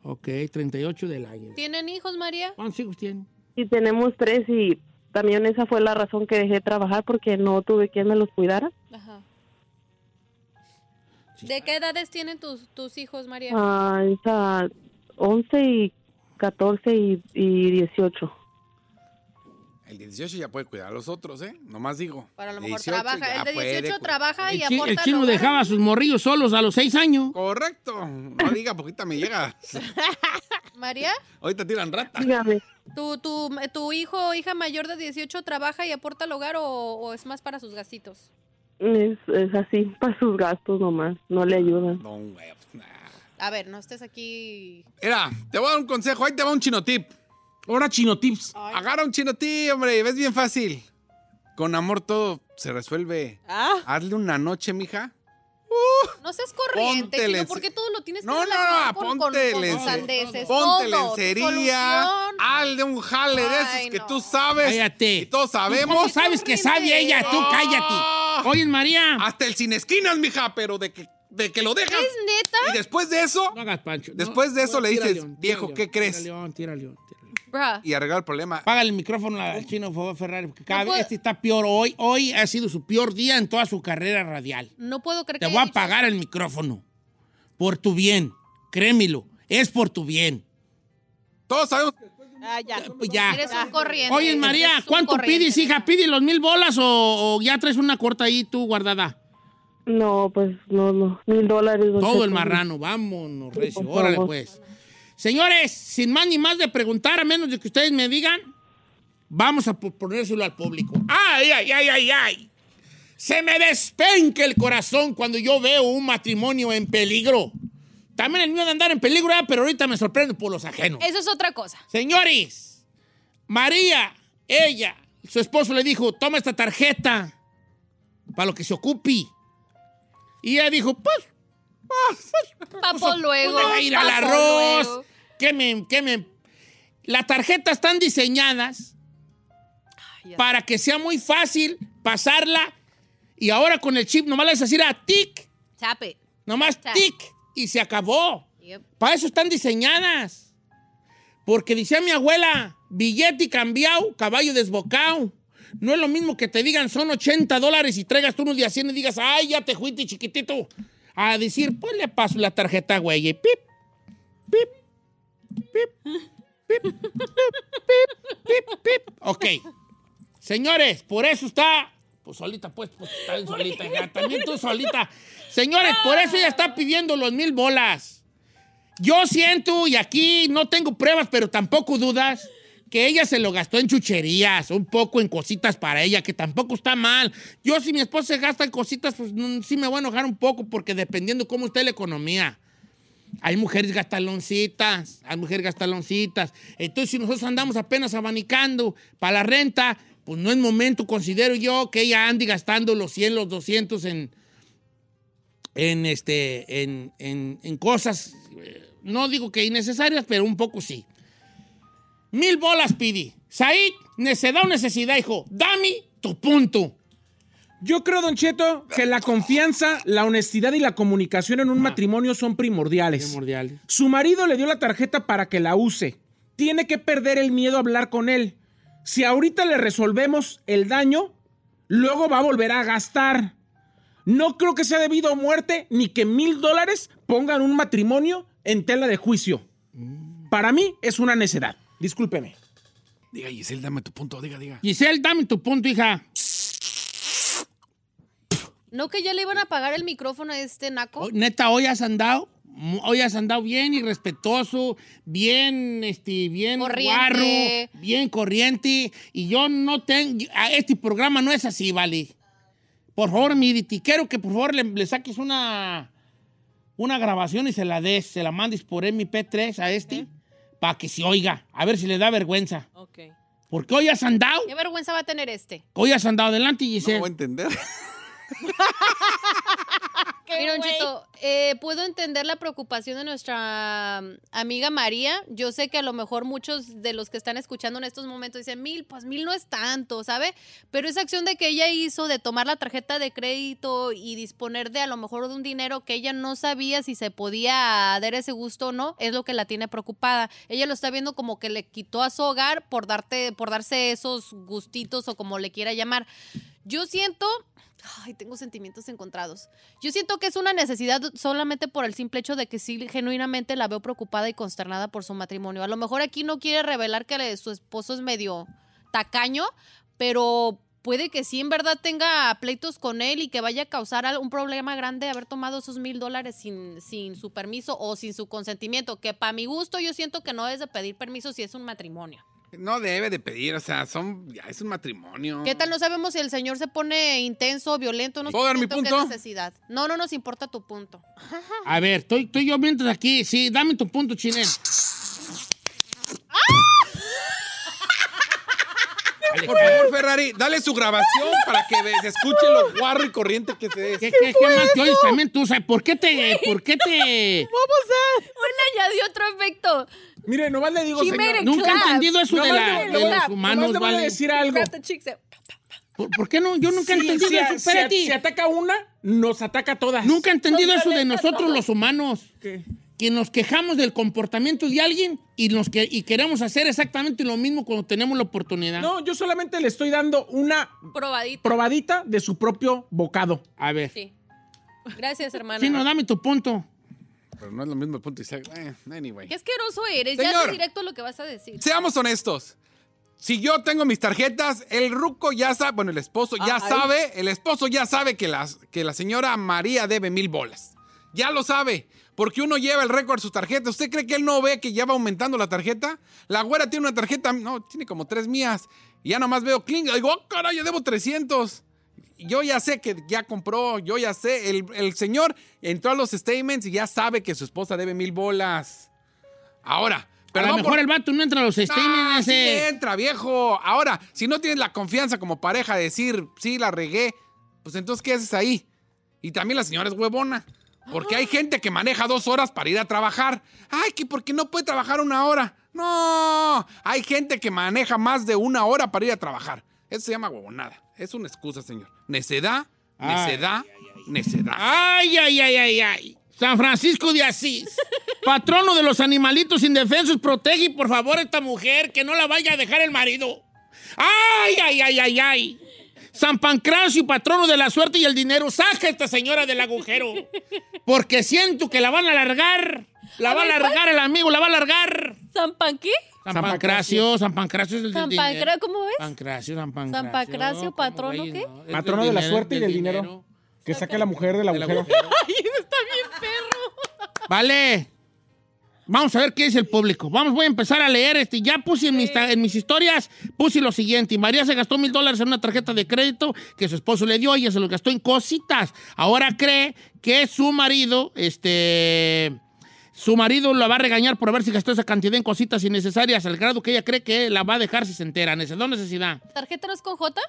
Ok, 38 del año.
¿Tienen hijos, María?
¿Cuántos hijos tienen?
Y tenemos tres y también esa fue la razón que dejé de trabajar porque no tuve quien me los cuidara.
Ajá. ¿De qué edades tienen tus, tus hijos, María?
Ah, esa 11 y 14 y, y 18.
El 18 ya puede cuidar a los otros, ¿eh? Nomás digo.
Pero a lo
18
mejor trabaja.
ya
El de 18
puede cuidar.
trabaja y
El chi-
aporta.
el chino
al hogar.
dejaba a sus morrillos solos a los 6 años.
Correcto. No diga, poquita me llega.
María,
Ahorita tiran rata.
Dígame.
¿tu, tu, tu hijo o hija mayor de 18 trabaja y aporta al hogar o, o es más para sus gastitos?
Es, es así, para sus gastos nomás, no le ayudan.
A ver, no estés aquí.
Mira, te voy a dar un consejo, ahí te va un chino tip.
Ahora chino tips.
Agarra un chino tip, hombre, ves bien fácil. Con amor todo se resuelve.
Ah.
Hazle una noche, mija.
No seas corriente,
Uh, Póntele
chino,
en-
porque todo lo tienes que
No, no,
relacionar
no,
con- con-
ponte
con,
lencería.
sandeces,
Ponte
todo, tu
lencería.
solución.
Hazle un jale de esos
Ay,
que tú sabes.
Cállate.
Y todos
¿Cómo
sabemos.
sabes que sabe ella? Tú cállate. Oye, María.
Hasta el sin esquinas, mija, pero de que, de que lo dejas.
¿Es neta?
Y después de eso,
No hagas pancho.
después de eso le
tira
dices,
león, tira
viejo,
león,
¿qué crees?
Tira león, tira león.
Bruh.
Y arreglar el problema.
Págale el micrófono al chino, por favor, Ferrari, porque cada
No
vez
puedo-
este está peor hoy. Hoy ha sido su peor día en toda su carrera radial.
No puedo creer
Te
que
voy a
haya dicho-
apagar el micrófono. Por tu bien. Créemelo. Es por tu bien.
Todos sabemos.
Ah, ya.
Pues ya.
Eres un corriente.
Oye, María,
eres un
¿cuánto
corriente.
pides, hija? ¿Pides los mil bolas o, o ya traes una corta ahí tú guardada?
No, pues no, no, mil dólares. don
Todo el
Cheto.
marrano. Vámonos, Recio.
por
Órale,
favor.
pues. Señores, sin más ni más de preguntar, a menos de que ustedes me digan, vamos a po- ponérselo al público. ¡Ay, ay, ay, ay, ay! Se me despenca el corazón cuando yo veo un matrimonio en peligro. También el mío de andar en peligro, ah, pero ahorita me sorprende por los ajenos.
Eso es otra cosa.
Señores, María, ella, su esposo le dijo, toma esta tarjeta para lo que se ocupe. Y ella dijo, pues,
Papo luego.
a ir al
papo
arroz,
luego.
que me, que me... Las tarjetas están diseñadas para que sea muy fácil pasarla y ahora con el chip nomás le haces decir a tic,
Tap it.
nomás
Tap.
tic y se acabó.
Yep.
Para eso están diseñadas. Porque decía mi abuela, billete y cambiado, caballo desbocado. No es lo mismo que te digan son 80 dólares y traigas tú unos de a 100 y digas, ay, ya te juiste chiquitito. A decir, pues le paso la tarjeta, güey, y pip, pip, pip, pip, pip, pip, pip. Ok. Señores, por eso está. Pues solita, pues, pues está bien solita, ya, también tú solita. Señores, por eso ella está pidiendo los mil bolas. Yo siento, y aquí no tengo pruebas, pero tampoco dudas, que ella se lo gastó en chucherías, un poco en cositas para ella, que tampoco está mal. Yo, si mi esposa se gasta en cositas, pues mm, sí me voy a enojar un poco, porque dependiendo cómo esté la economía. Hay mujeres gastaloncitas, hay mujeres gastaloncitas. Entonces, si nosotros andamos apenas abanicando para la renta, pues no es momento, considero yo, que ella ande gastando los 100, los 200 en, en, este, en, en- en cosas, eh, no digo que innecesarias, pero un poco sí. Mil bolas pidi. Said, necedad o necesidad, hijo. Dame tu punto.
Yo creo, Don Cheto, que la confianza, la honestidad y la comunicación en un matrimonio son primordiales.
Ah. Primordiales.
Su marido le dio la tarjeta para que la use. Tiene que perder el miedo a hablar con él. Si ahorita le resolvemos el daño, luego va a volver a gastar. No creo que sea debido a muerte ni que mil dólares pongan un matrimonio en tela de juicio.
Mm.
Para mí es una necedad. Discúlpeme.
Diga, Giselle, dame tu punto, diga, diga.
Giselle, dame tu punto, hija.
¿No que ya le iban a apagar el micrófono a este naco?
Hoy- Neta, hoy has andado, mu- hoy has andado bien y respetuoso, bien, este, bien
Corriente.
guarro, bien corriente. Y yo no tengo, a este programa no es así, vale. Por favor, Miriti, quiero que por favor le, le saques una, una grabación y se la des, se la mandes por MP3 a este, para que se oiga, a ver si le da vergüenza.
Ok.
Porque hoy has andado,
¿Qué vergüenza va a tener este?
hoy has andado adelante, Giselle.
No voy a entender.
Mira, Don Cheto, eh, puedo entender la preocupación de nuestra mm, amiga María. Yo sé que a lo mejor muchos de los que están escuchando en estos momentos dicen mil, pues mil no es tanto, ¿sabe? Pero esa acción de que ella hizo de tomar la tarjeta de crédito y disponer de a lo mejor de un dinero que ella no sabía si se podía dar ese gusto o no, es lo que la tiene preocupada. Ella lo está viendo como que le quitó a su hogar por darte, por darse esos gustitos o como le quiera llamar. Yo siento, ay, tengo sentimientos encontrados. Yo siento que es una necesidad solamente por el simple hecho de que sí, genuinamente la veo preocupada y consternada por su matrimonio. A lo mejor aquí no quiere revelar que le- su esposo es medio tacaño, pero puede que sí en verdad tenga pleitos con él y que vaya a causar al- un problema grande haber tomado esos mil dólares sin, sin su permiso o sin su consentimiento, que para mi gusto yo siento que no es de pedir permiso si es un matrimonio.
No debe de pedir, o sea, son, ya es un matrimonio.
¿Qué tal? No sabemos si el señor se pone intenso, violento, no
¿Puedo dar mi
siento que
punto?
es necesidad. No, no nos importa tu punto.
A ver, estoy, estoy yo mientras aquí. Sí, dame tu punto, chinel.
Por favor, Ferrari, dale su grabación para que ve- se escuche lo guarro y corriente que se es.
¿Qué, qué, qué mal que oyes también tú? O sea, ¿por qué te...? ¿Por qué te...?
Vamos a. Bueno, añadió otro efecto.
Mire, nomás le digo,
She made
señor.
it
Nunca he
clap.
entendido eso de,
Nomás
la-
le-
de
nomás-
los
nomás
humanos,
le voy a
¿vale?
decir algo.
Grab the cheeks.
¿Por, por qué no? Yo nunca he
Sí,
entendido
si a-
eso.
si a-
Espérate.
si ataca una, nos ataca a todas.
Nunca he entendido eso de nosotros los humanos. Que nos quejamos del comportamiento de alguien y, nos que, y queremos hacer exactamente lo mismo cuando tenemos la oportunidad.
No, yo solamente le estoy dando una
Probadito.
probadita de su propio bocado.
A ver.
Sí. Gracias, hermana.
Chino, dame tu punto.
Pero no es lo mismo el punto. y se- eh, anyway.
Qué asqueroso eres. Ya
Señor.
te directo lo que vas a decir.
Seamos honestos. Si yo tengo mis tarjetas, el ruco ya sabe, bueno, el esposo ya
Ah, ahí.
sabe, el esposo ya sabe que, las, que la señora María debe mil bolas. Ya lo sabe, porque uno lleva el récord de su tarjeta. ¿Usted cree que él no ve que ya va aumentando la tarjeta? La güera tiene una tarjeta, no, tiene como tres mías. Y ya nomás veo, cling, digo, oh, caray, yo debo 300. yo ya sé que ya compró, yo ya sé, el, el señor entró a los statements y ya sabe que su esposa debe mil bolas. Ahora,
A lo mejor el vato no entra a los
Ah,
statements.
sí
eh.
entra, viejo. Ahora, si no tienes la confianza como pareja de decir, sí, la regué, pues entonces, ¿qué haces ahí? Y también la señora es huevona. Porque hay gente que maneja dos horas para ir a trabajar. Ay, que porque no puede trabajar una hora. No, hay gente que maneja más de una hora para ir a trabajar. Eso se llama huevonada. Es una excusa, señor. Necedad,
Ay,
necedad, necedad.
Ay, ay, ay, ay, ay. San Francisco de Asís, patrono de los animalitos indefensos, protege por favor a esta mujer que no la vaya a dejar el marido. Ay, ay, ay, ay, ay. San Pancracio, patrono de la suerte y el dinero, saca a esta señora del agujero. Porque siento que la van a largar. La
A
va a
ver, ¿cuál?
largar el amigo, la va a largar.
¿San Panquí?
San Pancracio, San Pancracio es el del
¿San
dinero.
Pancracio? ¿Cómo es?
Pancracio, San Pancracio.
¿San Pancracio, patrono
güey,
qué?
no. Es
Patrono
del
de la
dinero,
suerte y
del
del dinero. Que saque a la mujer del
Del
agujero.
agujero.
Ay, está bien perro.
Vale. Vamos a ver qué dice el público. Vamos, voy a empezar a leer. Este. Ya puse en mis, ta- en mis historias, puse lo siguiente. María se gastó mil dólares en una tarjeta de crédito que su esposo le dio. Ella se lo gastó en cositas. Ahora cree que su marido, este... Su marido la va a regañar por haber si gastó esa cantidad en cositas innecesarias al grado que ella cree que la va a dejar si se entera. Necesitó necesidad.
¿Tarjeta no es con J?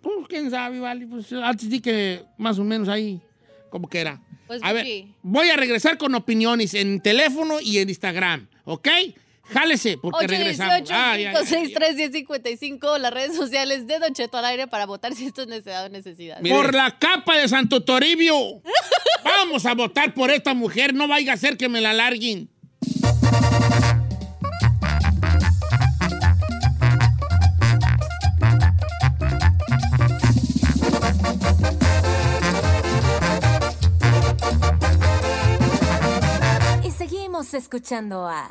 Pues quién sabe, vale. Pues antes di que más o menos ahí, como que era.
Pues
a ver,
Vicky.
voy a regresar con opiniones en teléfono y en Instagram, ¿ok? Jálese, porque regresamos. Ah, Ay, ay, ay.
818-563-1055, las redes sociales de Don Cheto al aire para votar si esto es necesidad o necesidad.
Por la capa de Santo Toribio. Vamos a votar por esta mujer. No vaya a ser que me la larguen.
Y seguimos escuchando a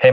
Hey,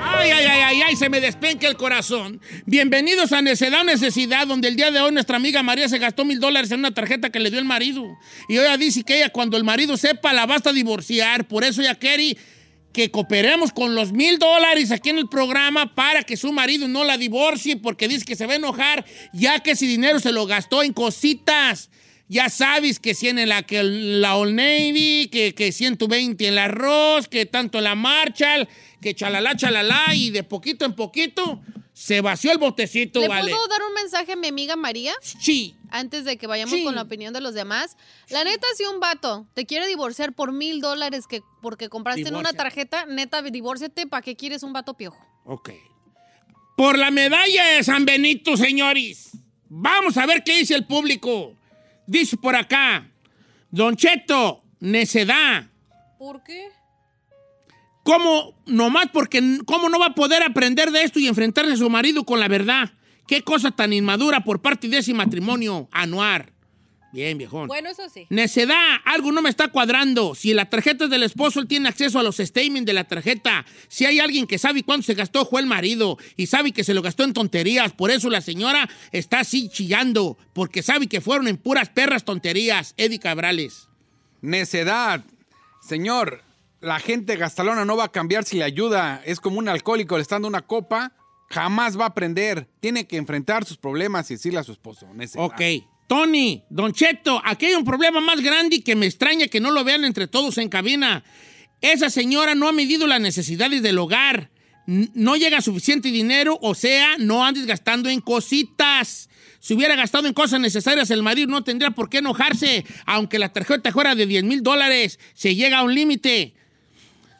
Ay, ay, ay, ay, ay, se me despenca el corazón. Bienvenidos a Necedad o Necesidad, donde el día de hoy nuestra amiga María se gastó mil dólares en una tarjeta que le dio el marido. Y ella dice que ella, cuando el marido sepa, la basta divorciar. Por eso ella quiere que cooperemos con los mil dólares aquí en el programa para que su marido no la divorcie, porque dice que se va a enojar, ya que ese dinero se lo gastó en cositas. Ya sabes que 100 en la, que la Old Navy, que, que 120 en la Ross, que tanto en la Marshall, que chalala, chalala, y de poquito en poquito se vació el botecito,
¿Le
¿vale?
puedo dar un mensaje a mi amiga María?
Sí.
Antes de que vayamos
Sí.
con la opinión de los demás. La neta, si un vato te quiere divorciar por mil dólares que porque compraste en
Divórciate.
una tarjeta, neta, divórciate. ¿Para qué quieres un vato piojo?
Ok. Por la medalla de San Benito, señores. Vamos a ver qué dice el público. Dice por acá, Don Cheto, necedad.
¿Por qué?
¿Cómo, nomás porque, cómo no va a poder aprender de esto y enfrentarse a su marido con la verdad? Qué cosa tan inmadura por parte de ese matrimonio anuar. Bien, viejón.
Bueno, eso sí.
Necedad, algo no me está cuadrando. Si la tarjeta es del esposo, él tiene acceso a los statements de la tarjeta. Si hay alguien que sabe cuánto se gastó, fue el marido. Y sabe que se lo gastó en tonterías. Por eso la señora está así chillando. Porque sabe que fueron en puras perras tonterías. Eddie Cabrales.
Necedad. Señor, la gente gastalona no va a cambiar si le ayuda. Es como un alcohólico le está dando una copa. Jamás va a aprender. Tiene que enfrentar sus problemas y decirle a su esposo. Necedad.
Ok. Tony, Don Cheto, aquí hay un problema más grande y que me extraña que no lo vean entre todos en cabina. Esa señora no ha medido las necesidades del hogar. N- No llega suficiente dinero, o sea, no andes gastando en cositas. Si hubiera gastado en cosas necesarias, el marido no tendría por qué enojarse, aunque la tarjeta fuera de 10 mil dólares. Se llega a un límite.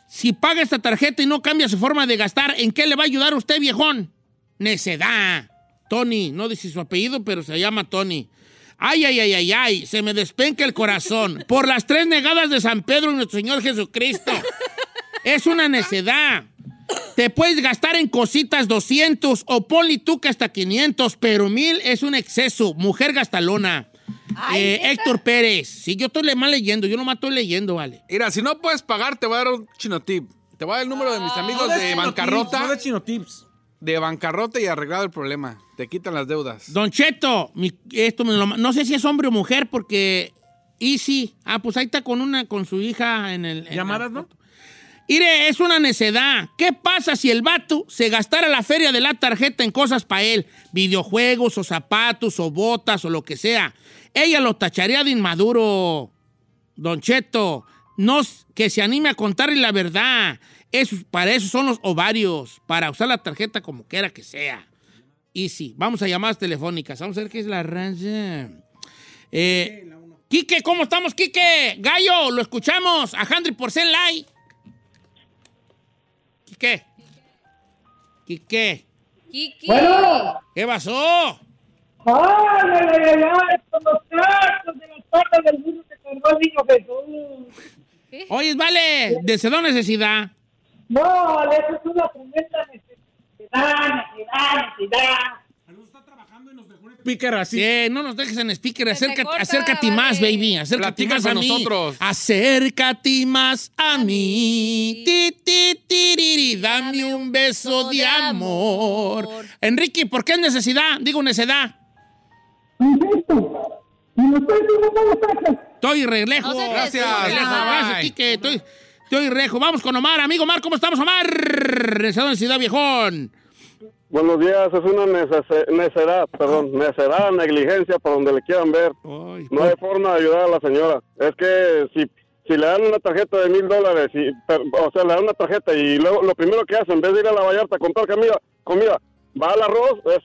Si paga esta tarjeta y no cambia su forma de gastar, ¿en qué le va a ayudar a usted, viejón? Necedad. Tony, no dice su apellido, pero se llama Tony. Ay, ay, ay, ay, ay, se me despenca el corazón. Por las tres negadas de San Pedro y nuestro Señor Jesucristo. Es una necedad. Te puedes gastar en cositas 200 o ponle tú que hasta 500, pero mil es un exceso. Mujer gastalona. Eh, Héctor Pérez. Si yo estoy le- mal leyendo, yo nomás estoy leyendo, vale.
Mira, si no puedes pagar, te voy a dar un chinotip. Te voy a dar el número de mis amigos
no de
de
chinotips,
bancarrota.
no
de bancarrota y arreglado el problema. Te quitan las deudas.
Don Cheto, mi- esto me lo ma- no sé si es hombre o mujer porque Easy, ah, pues ahí está con una con su hija en el llamadas, ¿no? Mire, es una necedad. ¿Qué pasa si el vato se gastara la feria de la tarjeta en cosas para él? Videojuegos o zapatos o botas o lo que sea. Ella lo tacharía de inmaduro. Don Cheto, no s- que se anime a contarle la verdad. Eso- para eso son los ovarios, para usar la tarjeta como quiera que sea. Y sí, vamos a llamadas telefónicas. Vamos a ver qué es la raza. Eh, Quique, ¿cómo estamos, Quique? Gallo, lo escuchamos. A Handry por ser like. Quique. Quique.
Kiki.
Bueno.
¿Qué pasó?
¡Ay, ay, ay, ay! Con los trastos de las patas del mundo se cargó el niño Jesús.
Oye, vale, deseo necesidad.
No, eso es una tremenda necesidad, necesidad, necesidad.
Speaker así. no nos dejes en speaker.
Se te
Acércate,
corta,
acércate
vale.
más, baby. Acércate
Platica
más a
con
mí.
nosotros.
Acércate más a mí. Ti, ti, ti, ri, ri. Dame un beso de amor. Enrique, ¿por qué es necesidad? Digo necedad. Estoy re lejos.
No se te
Gracias.
escucha.
Re lejos. Gracias,
Bye.
Quique. Estoy, estoy rejo. Vamos con Omar. Amigo Omar, ¿cómo estamos, Omar? Necesidad, necesidad, viejón.
Buenos días, es una necese- necedad, perdón, necedad, negligencia, por donde le quieran ver.
eh,
no hay forma de ayudar a la señora. Es que si, si le dan una tarjeta de mil dólares, y per- o sea, le dan una tarjeta y luego lo primero que hace, en vez de ir a la Vallarta a comprar comida, comida va al arroz, es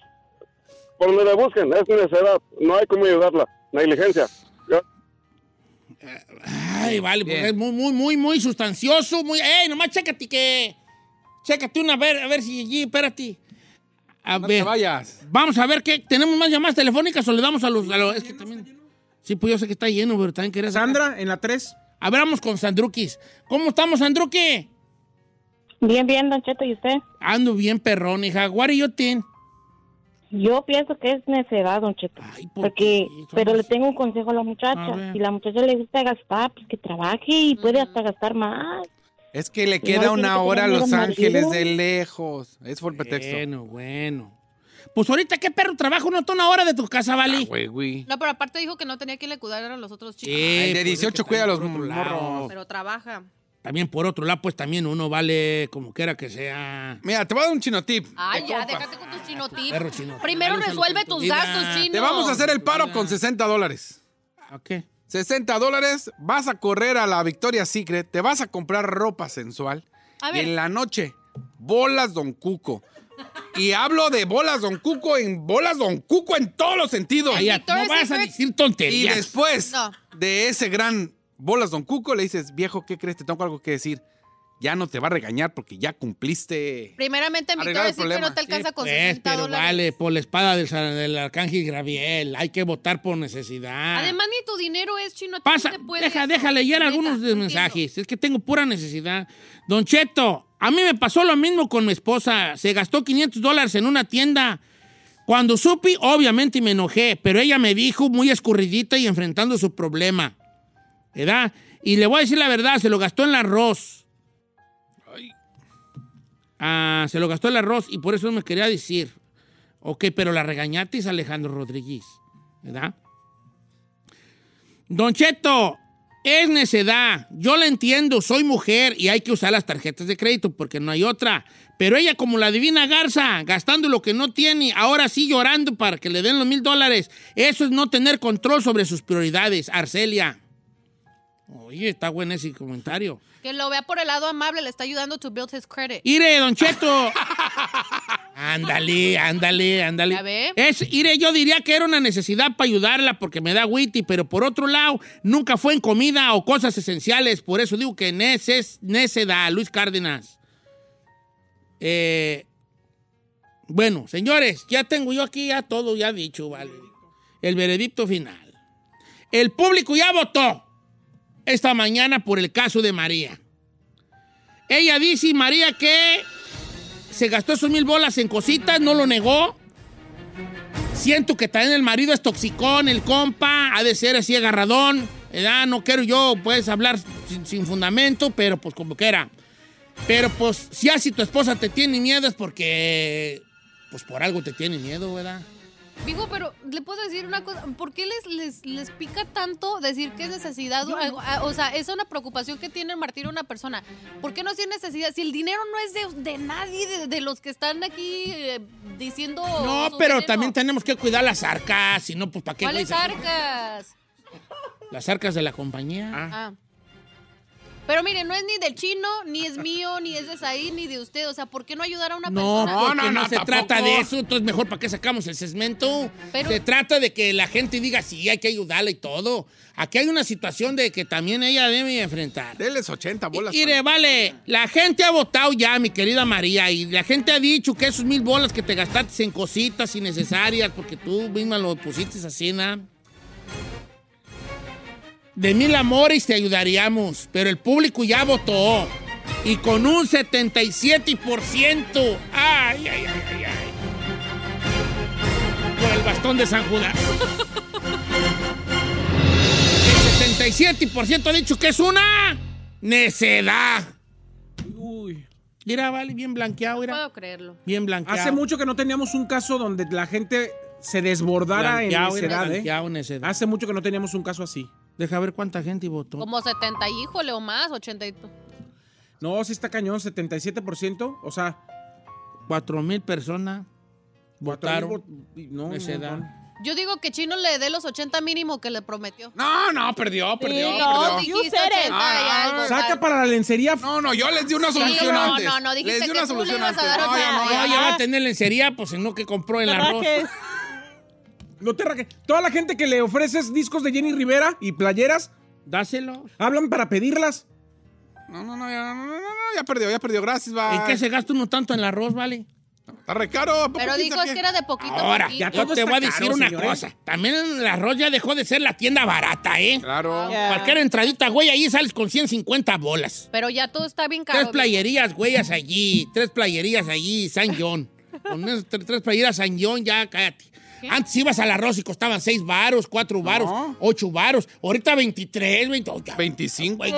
por donde le busquen, es necedad, no hay cómo ayudarla, negligencia. Yo-
Ay, vale, porque es muy, muy, muy, muy sustancioso. Muy... ¡Ey, nomás chécate que! Chécate una, a ver, a ver si allí, espérate. A
No
ver.
te vayas.
Vamos a ver qué. ¿Tenemos más llamadas telefónicas o le damos a los. a los- es que también- Sí, pues yo sé que está lleno, pero también quería. Sandra, en la 3. A ver, vamos con Sandrukis. ¿Cómo estamos, Sandruki?
Bien, bien, Don Cheto, ¿y usted?
Ando bien, perrón, hija. What are you doing?
Yo pienso que es necedad, Don Cheto. porque, pero le tengo un consejo a la muchacha.
A ver.
Si la muchacha le gusta gastar, pues que trabaje y puede hasta gastar más.
Es que le
No,
queda
tiene que
una hora a
tener
Los
marido.
Ángeles de lejos. Es por pretexto.
Bueno, bueno. Pues ahorita, ¿qué perro trabajo? No está una hora de tu casa, ¿vale?
Güey, güey.
No, pero aparte dijo que no tenía que le cuidar a los otros chicos.
pues,
Ay, de 18 cuida a los morros.
Pero trabaja.
También por otro lado, pues también uno vale como quiera que sea.
Mira, te voy a dar un chinotip.
Ay, Ah, ya, déjate con tus chinotips.
perro chino.
Primero
Ay,
resuelve tus gastos, chino.
Te vamos a hacer el paro con 60 dólares.
¿A qué?
60 dólares, vas a correr a la Victoria Secret, te vas a comprar ropa sensual.
A
Y
ver.
en la noche, bolas Don Cuco. Y hablo de bolas Don Cuco en bolas Don Cuco en todos los sentidos.
Ay, ya, no Victoria's vas a Secret- decir tonterías.
Y después
No.
de ese gran bolas Don Cuco, le dices, viejo, ¿qué crees? Te tengo algo que decir. Ya no te va a regañar porque ya cumpliste.
Primeramente, mi
Arreglar
cara
el
sí, pero
problema.
no te alcanza
Sí,
con
Pues,
60
pero
dólares.
vale, por la espada del, san- del arcángel Graviel. Hay que votar por necesidad.
Además, ni tu dinero es chino. a ti
Pasa,
no te puede
deja,
eso.
deja leer algunos de mensajes. Es que tengo pura necesidad. Don Cheto, a mí me pasó lo mismo con mi esposa. Se gastó 500 dólares en una tienda. Cuando supe, obviamente me enojé, pero ella me dijo muy escurridita y enfrentando su problema. ¿Verdad? Y le voy a decir la verdad, se lo gastó en el arroz. Ah, se lo gastó el arroz y por eso no me quería decir. Ok, pero la regañatis Alejandro Rodríguez, ¿verdad? Don Cheto, Es necedad. Yo la entiendo, soy mujer y hay que usar las tarjetas de crédito porque no hay otra. Pero ella, como la divina garza, gastando lo que no tiene, ahora sí llorando para que le den los mil dólares. Eso es no tener control sobre sus prioridades, Arcelia. Oye, está bueno ese comentario.
Que lo vea por el lado amable, le está ayudando to build his credit.
Ire, Don Cheto. ándale, ándale, ándale.
Ya ve.
Es, ire, yo diría que era una necesidad para ayudarla porque me da witty, pero por otro lado, nunca fue en comida o cosas esenciales. Por eso digo que neces, neceda, Luis Cárdenas. Eh, bueno, señores, ya tengo yo aquí ya todo ya dicho, vale. El veredicto final. El público ya votó esta mañana por el caso de María. Ella dice, María, que se gastó sus mil bolas en cositas, no lo negó. Siento que también el marido es toxicón, el compa, ha de ser así agarradón. ¿verdad? no quiero yo, puedes hablar sin, sin fundamento, pero pues como quiera. Pero pues, si así tu esposa te tiene miedo es porque, pues por algo te tiene miedo, ¿verdad?
Digo, pero le puedo decir una cosa. ¿Por qué les, les, les pica tanto decir que es necesidad? o algo? Ah, O sea, es una preocupación que tiene el martirio una persona. ¿Por qué no si es necesidad? Si el dinero no es de, de nadie, de, de los que están aquí eh, diciendo.
No,
su
pero
veneno.
también tenemos que cuidar las arcas, si no, pues ¿para qué? güey,
¿Cuáles
se-
arcas?
Las arcas de la compañía.
Ah. Pero mire, no es ni del chino, ni es mío, ni es de Saí, ni de usted. O sea, ¿por qué no ayudar a una
No,
persona?
porque no,
no,
se
tampoco.
trata de eso. Entonces, mejor para qué sacamos el segmento.
Pero-
se trata de que la gente diga sí, hay que ayudarla y todo. Aquí hay una situación de que también ella debe enfrentar.
Denles 80 bolas.
Mire, vale, la gente ha votado ya, mi querida María, y la gente ha dicho que esos mil bolas que te gastaste en cositas innecesarias, porque tú misma lo pusiste así, ¿na? De mil amores te ayudaríamos, pero el público ya votó. Y con un 77%. ¡Ay, ay, ay, ay! ay. Por el bastón de San Judas. El 77% ha dicho que es una necedad.
Uy.
Mira, vale, bien blanqueado,
No
mira.
puedo creerlo.
Bien blanqueado.
Hace mucho que no teníamos un caso donde la gente se desbordara
Blanqueado,
en necedad,
era
¿eh?
blanqueado, necedad.
Hace mucho que no teníamos un caso así.
Deja ver cuánta gente votó.
Como 70, híjole, o más, 80 y...
No, sí está cañón, 77%. O sea,
Cuatro mil personas
votaron.
votaron.
no, no,
necedad.
no.
Yo digo que Chino le dé los 80 mínimo que le prometió.
Ah,
No, no, perdió, perdió,
Sí,
perdió.
no, dijiste 80 y algo.
Ah,
Saca para la lencería.
No, no, yo les di una
Sí,
solución
no,
antes.
no, no, dijiste
les di
que
una
tú le
solución
ibas a
antes.
dar
no,
otra.
ya no,
No,
ya.
ya va a tener lencería, pues en lo que compró el arroz.
No te rajes. Toda la gente que le ofreces discos de Jenny Rivera y playeras,
Dáselo.
hablan para pedirlas.
No, no, no, ya, no, no, no, ya perdió, ya perdió. Gracias, va.
¿En qué se gasta uno tanto en el arroz, vale?
Está re caro. ¿a poco
Pero dijo
piensa
es que era de poquito. a
Ahora,
poquito.
ya
yo
todo
te
está
voy a decir
caro,
una
señor, ¿eh?
cosa. También el arroz ya dejó de ser la tienda barata, ¿eh?
Claro.
Cualquier entradita, güey, ahí sales con 150 bolas.
Pero ya todo está bien
Tres
caro.
playerías, güeyas allí. Tres playerías allí, San John. Con esas tre- tres playeras San John, ya cállate. Antes ibas al arroz y costaban seis varos, cuatro varos, ocho varos. Ahorita 23, 20. oh, ya,
25.
güey.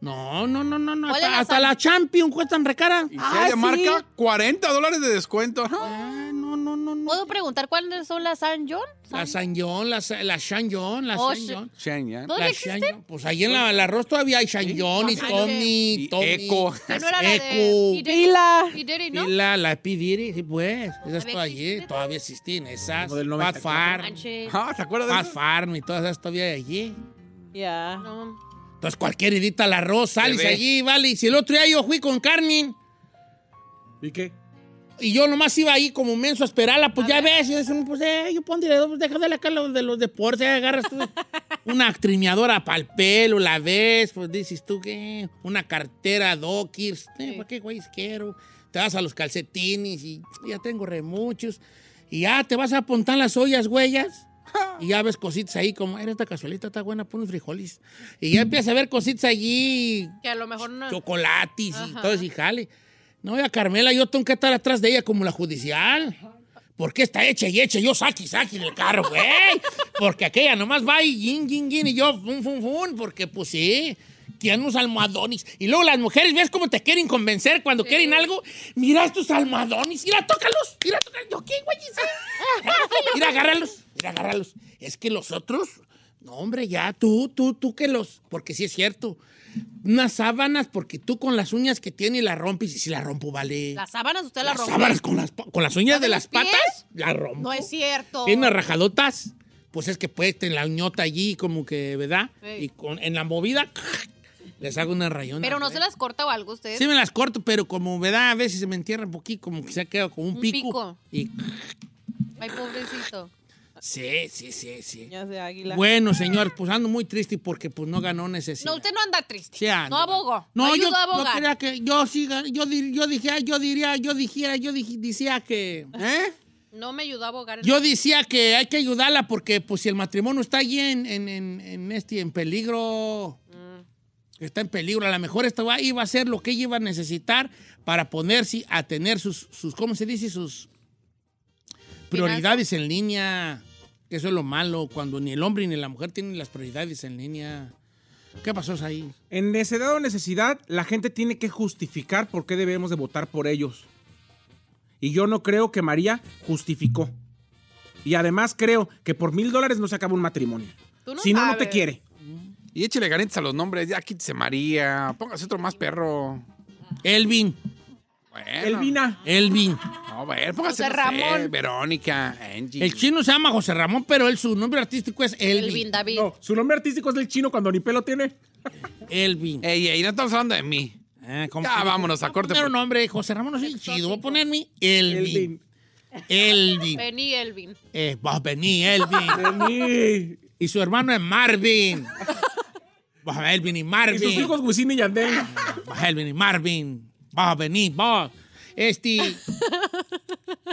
No, no, no, no. no.
¿Cuál
Hasta,
es la
hasta
sal-
la Champion cuestan recara.
Y si hay de marca, 40 dólares de descuento.
No, no, no, no.
¿Puedo preguntar cuáles son las San John?
La San John, la, Sa- la San John, la
Oh,
San John.
Chen, ya.
¿Dónde
La
existen?
Shan John. Pues ahí en la, el arroz todavía hay Shan John y
Ah,
Tommy,
sí.
Tommy.
Y Eco.
Ah, no era la de...
Eco.
P. Diddy,
Pila.
P. Diddy, ¿no?
Y la, la P. Diddy, sí, pues. Esas
¿Todavía
todavía,
existen?
todavía existen, esas.
Lo del
Fat
94.
Farm,
Manches.
Ah, ¿se acuerda de
Fat
eso?
Farm y todas esas todavía hay allí.
Ya.
No.
Entonces cualquier edita la arroz, sales
ve.
allí, vale. Y si el otro día yo fui con Carmen
¿Y qué?
y yo nomás iba ahí como menso a esperarla, pues ya ves, y eso, pues eh, yo pon directo, pues déjame acá los de los deportes, ahí agarras tú una trimeadora para el pelo, la ves, pues dices tú que una cartera Dockers, eh, ¿para qué güey quiero? Te vas a los calcetines y ya tengo re muchos. Y ya te vas a apuntar las ollas, huellas. Y ya ves cositas ahí como, era esta cazuelita está buena, pon unos frijoles. Y ya empiezas a ver cositas allí,
Que a lo mejor no...
chocolates y
Ajá.
todo eso, y jale. No, ya Carmela, yo tengo que estar atrás de ella como la judicial. Porque está hecha y hecha, yo saqui, saqui del carro, güey. Porque aquella nomás va y yin, yin, yin, y yo fun, fun, fun, porque pues sí, tienen unos almohadones. Y luego las mujeres, ¿ves cómo te quieren convencer cuando quieren algo? Mira estos almohadones, mira, tócalos, mira, tócalos. Yo, ¿qué, güey? Mira, agárralos, mira, agárralos. Es que los otros No, hombre, ya tú, tú, tú que los. Porque sí es cierto. Unas sábanas, porque tú con las uñas que tiene la rompes. Y si la rompo, vale.
Las sábanas usted las, rompe.
sábanas con las, con las uñas de las
pies?
patas, la rompo.
No es cierto.
Tiene unas rajadotas. Pues es que pues en la uñota allí, como que, ¿verdad?
Sí.
Y con, en la movida, les hago una rayona.
Pero no se las corta o algo usted.
Sí me las corto, pero como, ¿verdad? A veces se me entierra un poquito, como que se ha quedado como un,
Un
pico.
pico.
Y
Ay, pobrecito.
sí, sí, sí, sí.
Ya sé, águila.
Bueno, señor, pues ando muy triste porque pues no ganó necesidad.
No, usted no anda triste.
Sí, ando.
No abogó.
No, yo,
ayudó a
yo
abogar.
quería que yo siga, yo, dir- yo dije, ah, yo diría, yo dijera, yo dij- decía que, ¿eh?
No me ayudó a abogar.
Yo decía que hay que ayudarla porque pues si el matrimonio está allí en, en- en- en este en peligro,
Mm.
está en peligro, a lo mejor esto va, iba a ser lo que ella iba a necesitar para ponerse a tener sus, sus ¿cómo se dice? Sus prioridades en línea. Que Eso es lo malo, cuando ni el hombre ni la mujer tienen las prioridades en línea. ¿Qué pasó ahí?
En necesidad o necesidad, la gente tiene que justificar por qué debemos de votar por ellos. Y yo no creo que María justificó. Y además creo que por mil dólares no se acaba un matrimonio.
Tú no
si no, no te
sabes.
quiere.
Y échele ganitas a los nombres. Ya quítese María. Póngase otro más perro.
Elvin.
Elvina.
Elvin.
No, a ver, póngase.
José
no sé,
Ramón.
Verónica, Angie.
El chino se llama José Ramón, pero él, su nombre artístico es Elvin.
Elvin David.
No, su nombre artístico es el chino cuando ni pelo tiene.
Elvin. Ah,
Ey, ey, no estamos hablando de mí. ya, vámonos a corte.
Poner
por-
un nombre, José Ramón, no soy chido. Voy a poner mi Elvin. Elvin.
Vení, Elvin.
Eh, va a venir Elvin. Y su hermano es Marvin. Va a Elvin y Marvin. Ah,
Y sus hijos Wisin y Yandel.
Va a Elvin y Marvin. Va a venir, va. Este.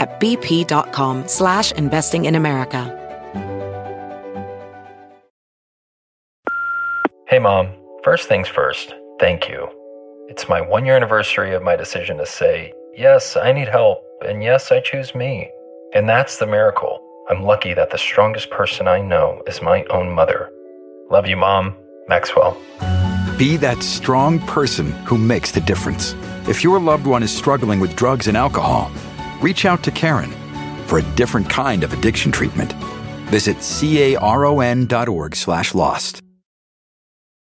at bp.com slash investing in America.
Hey, Mom, first things first, thank you. It's my one year anniversary of my decision to say, yes, I need help, and yes, I choose me. And that's the miracle. I'm lucky that the strongest person I know is my own mother. Love you, Mom. Maxwell.
Be that strong person who makes the difference. If your loved one is struggling with drugs and alcohol, reach out to Karen for a different kind of addiction treatment. Visit caron.org/lost.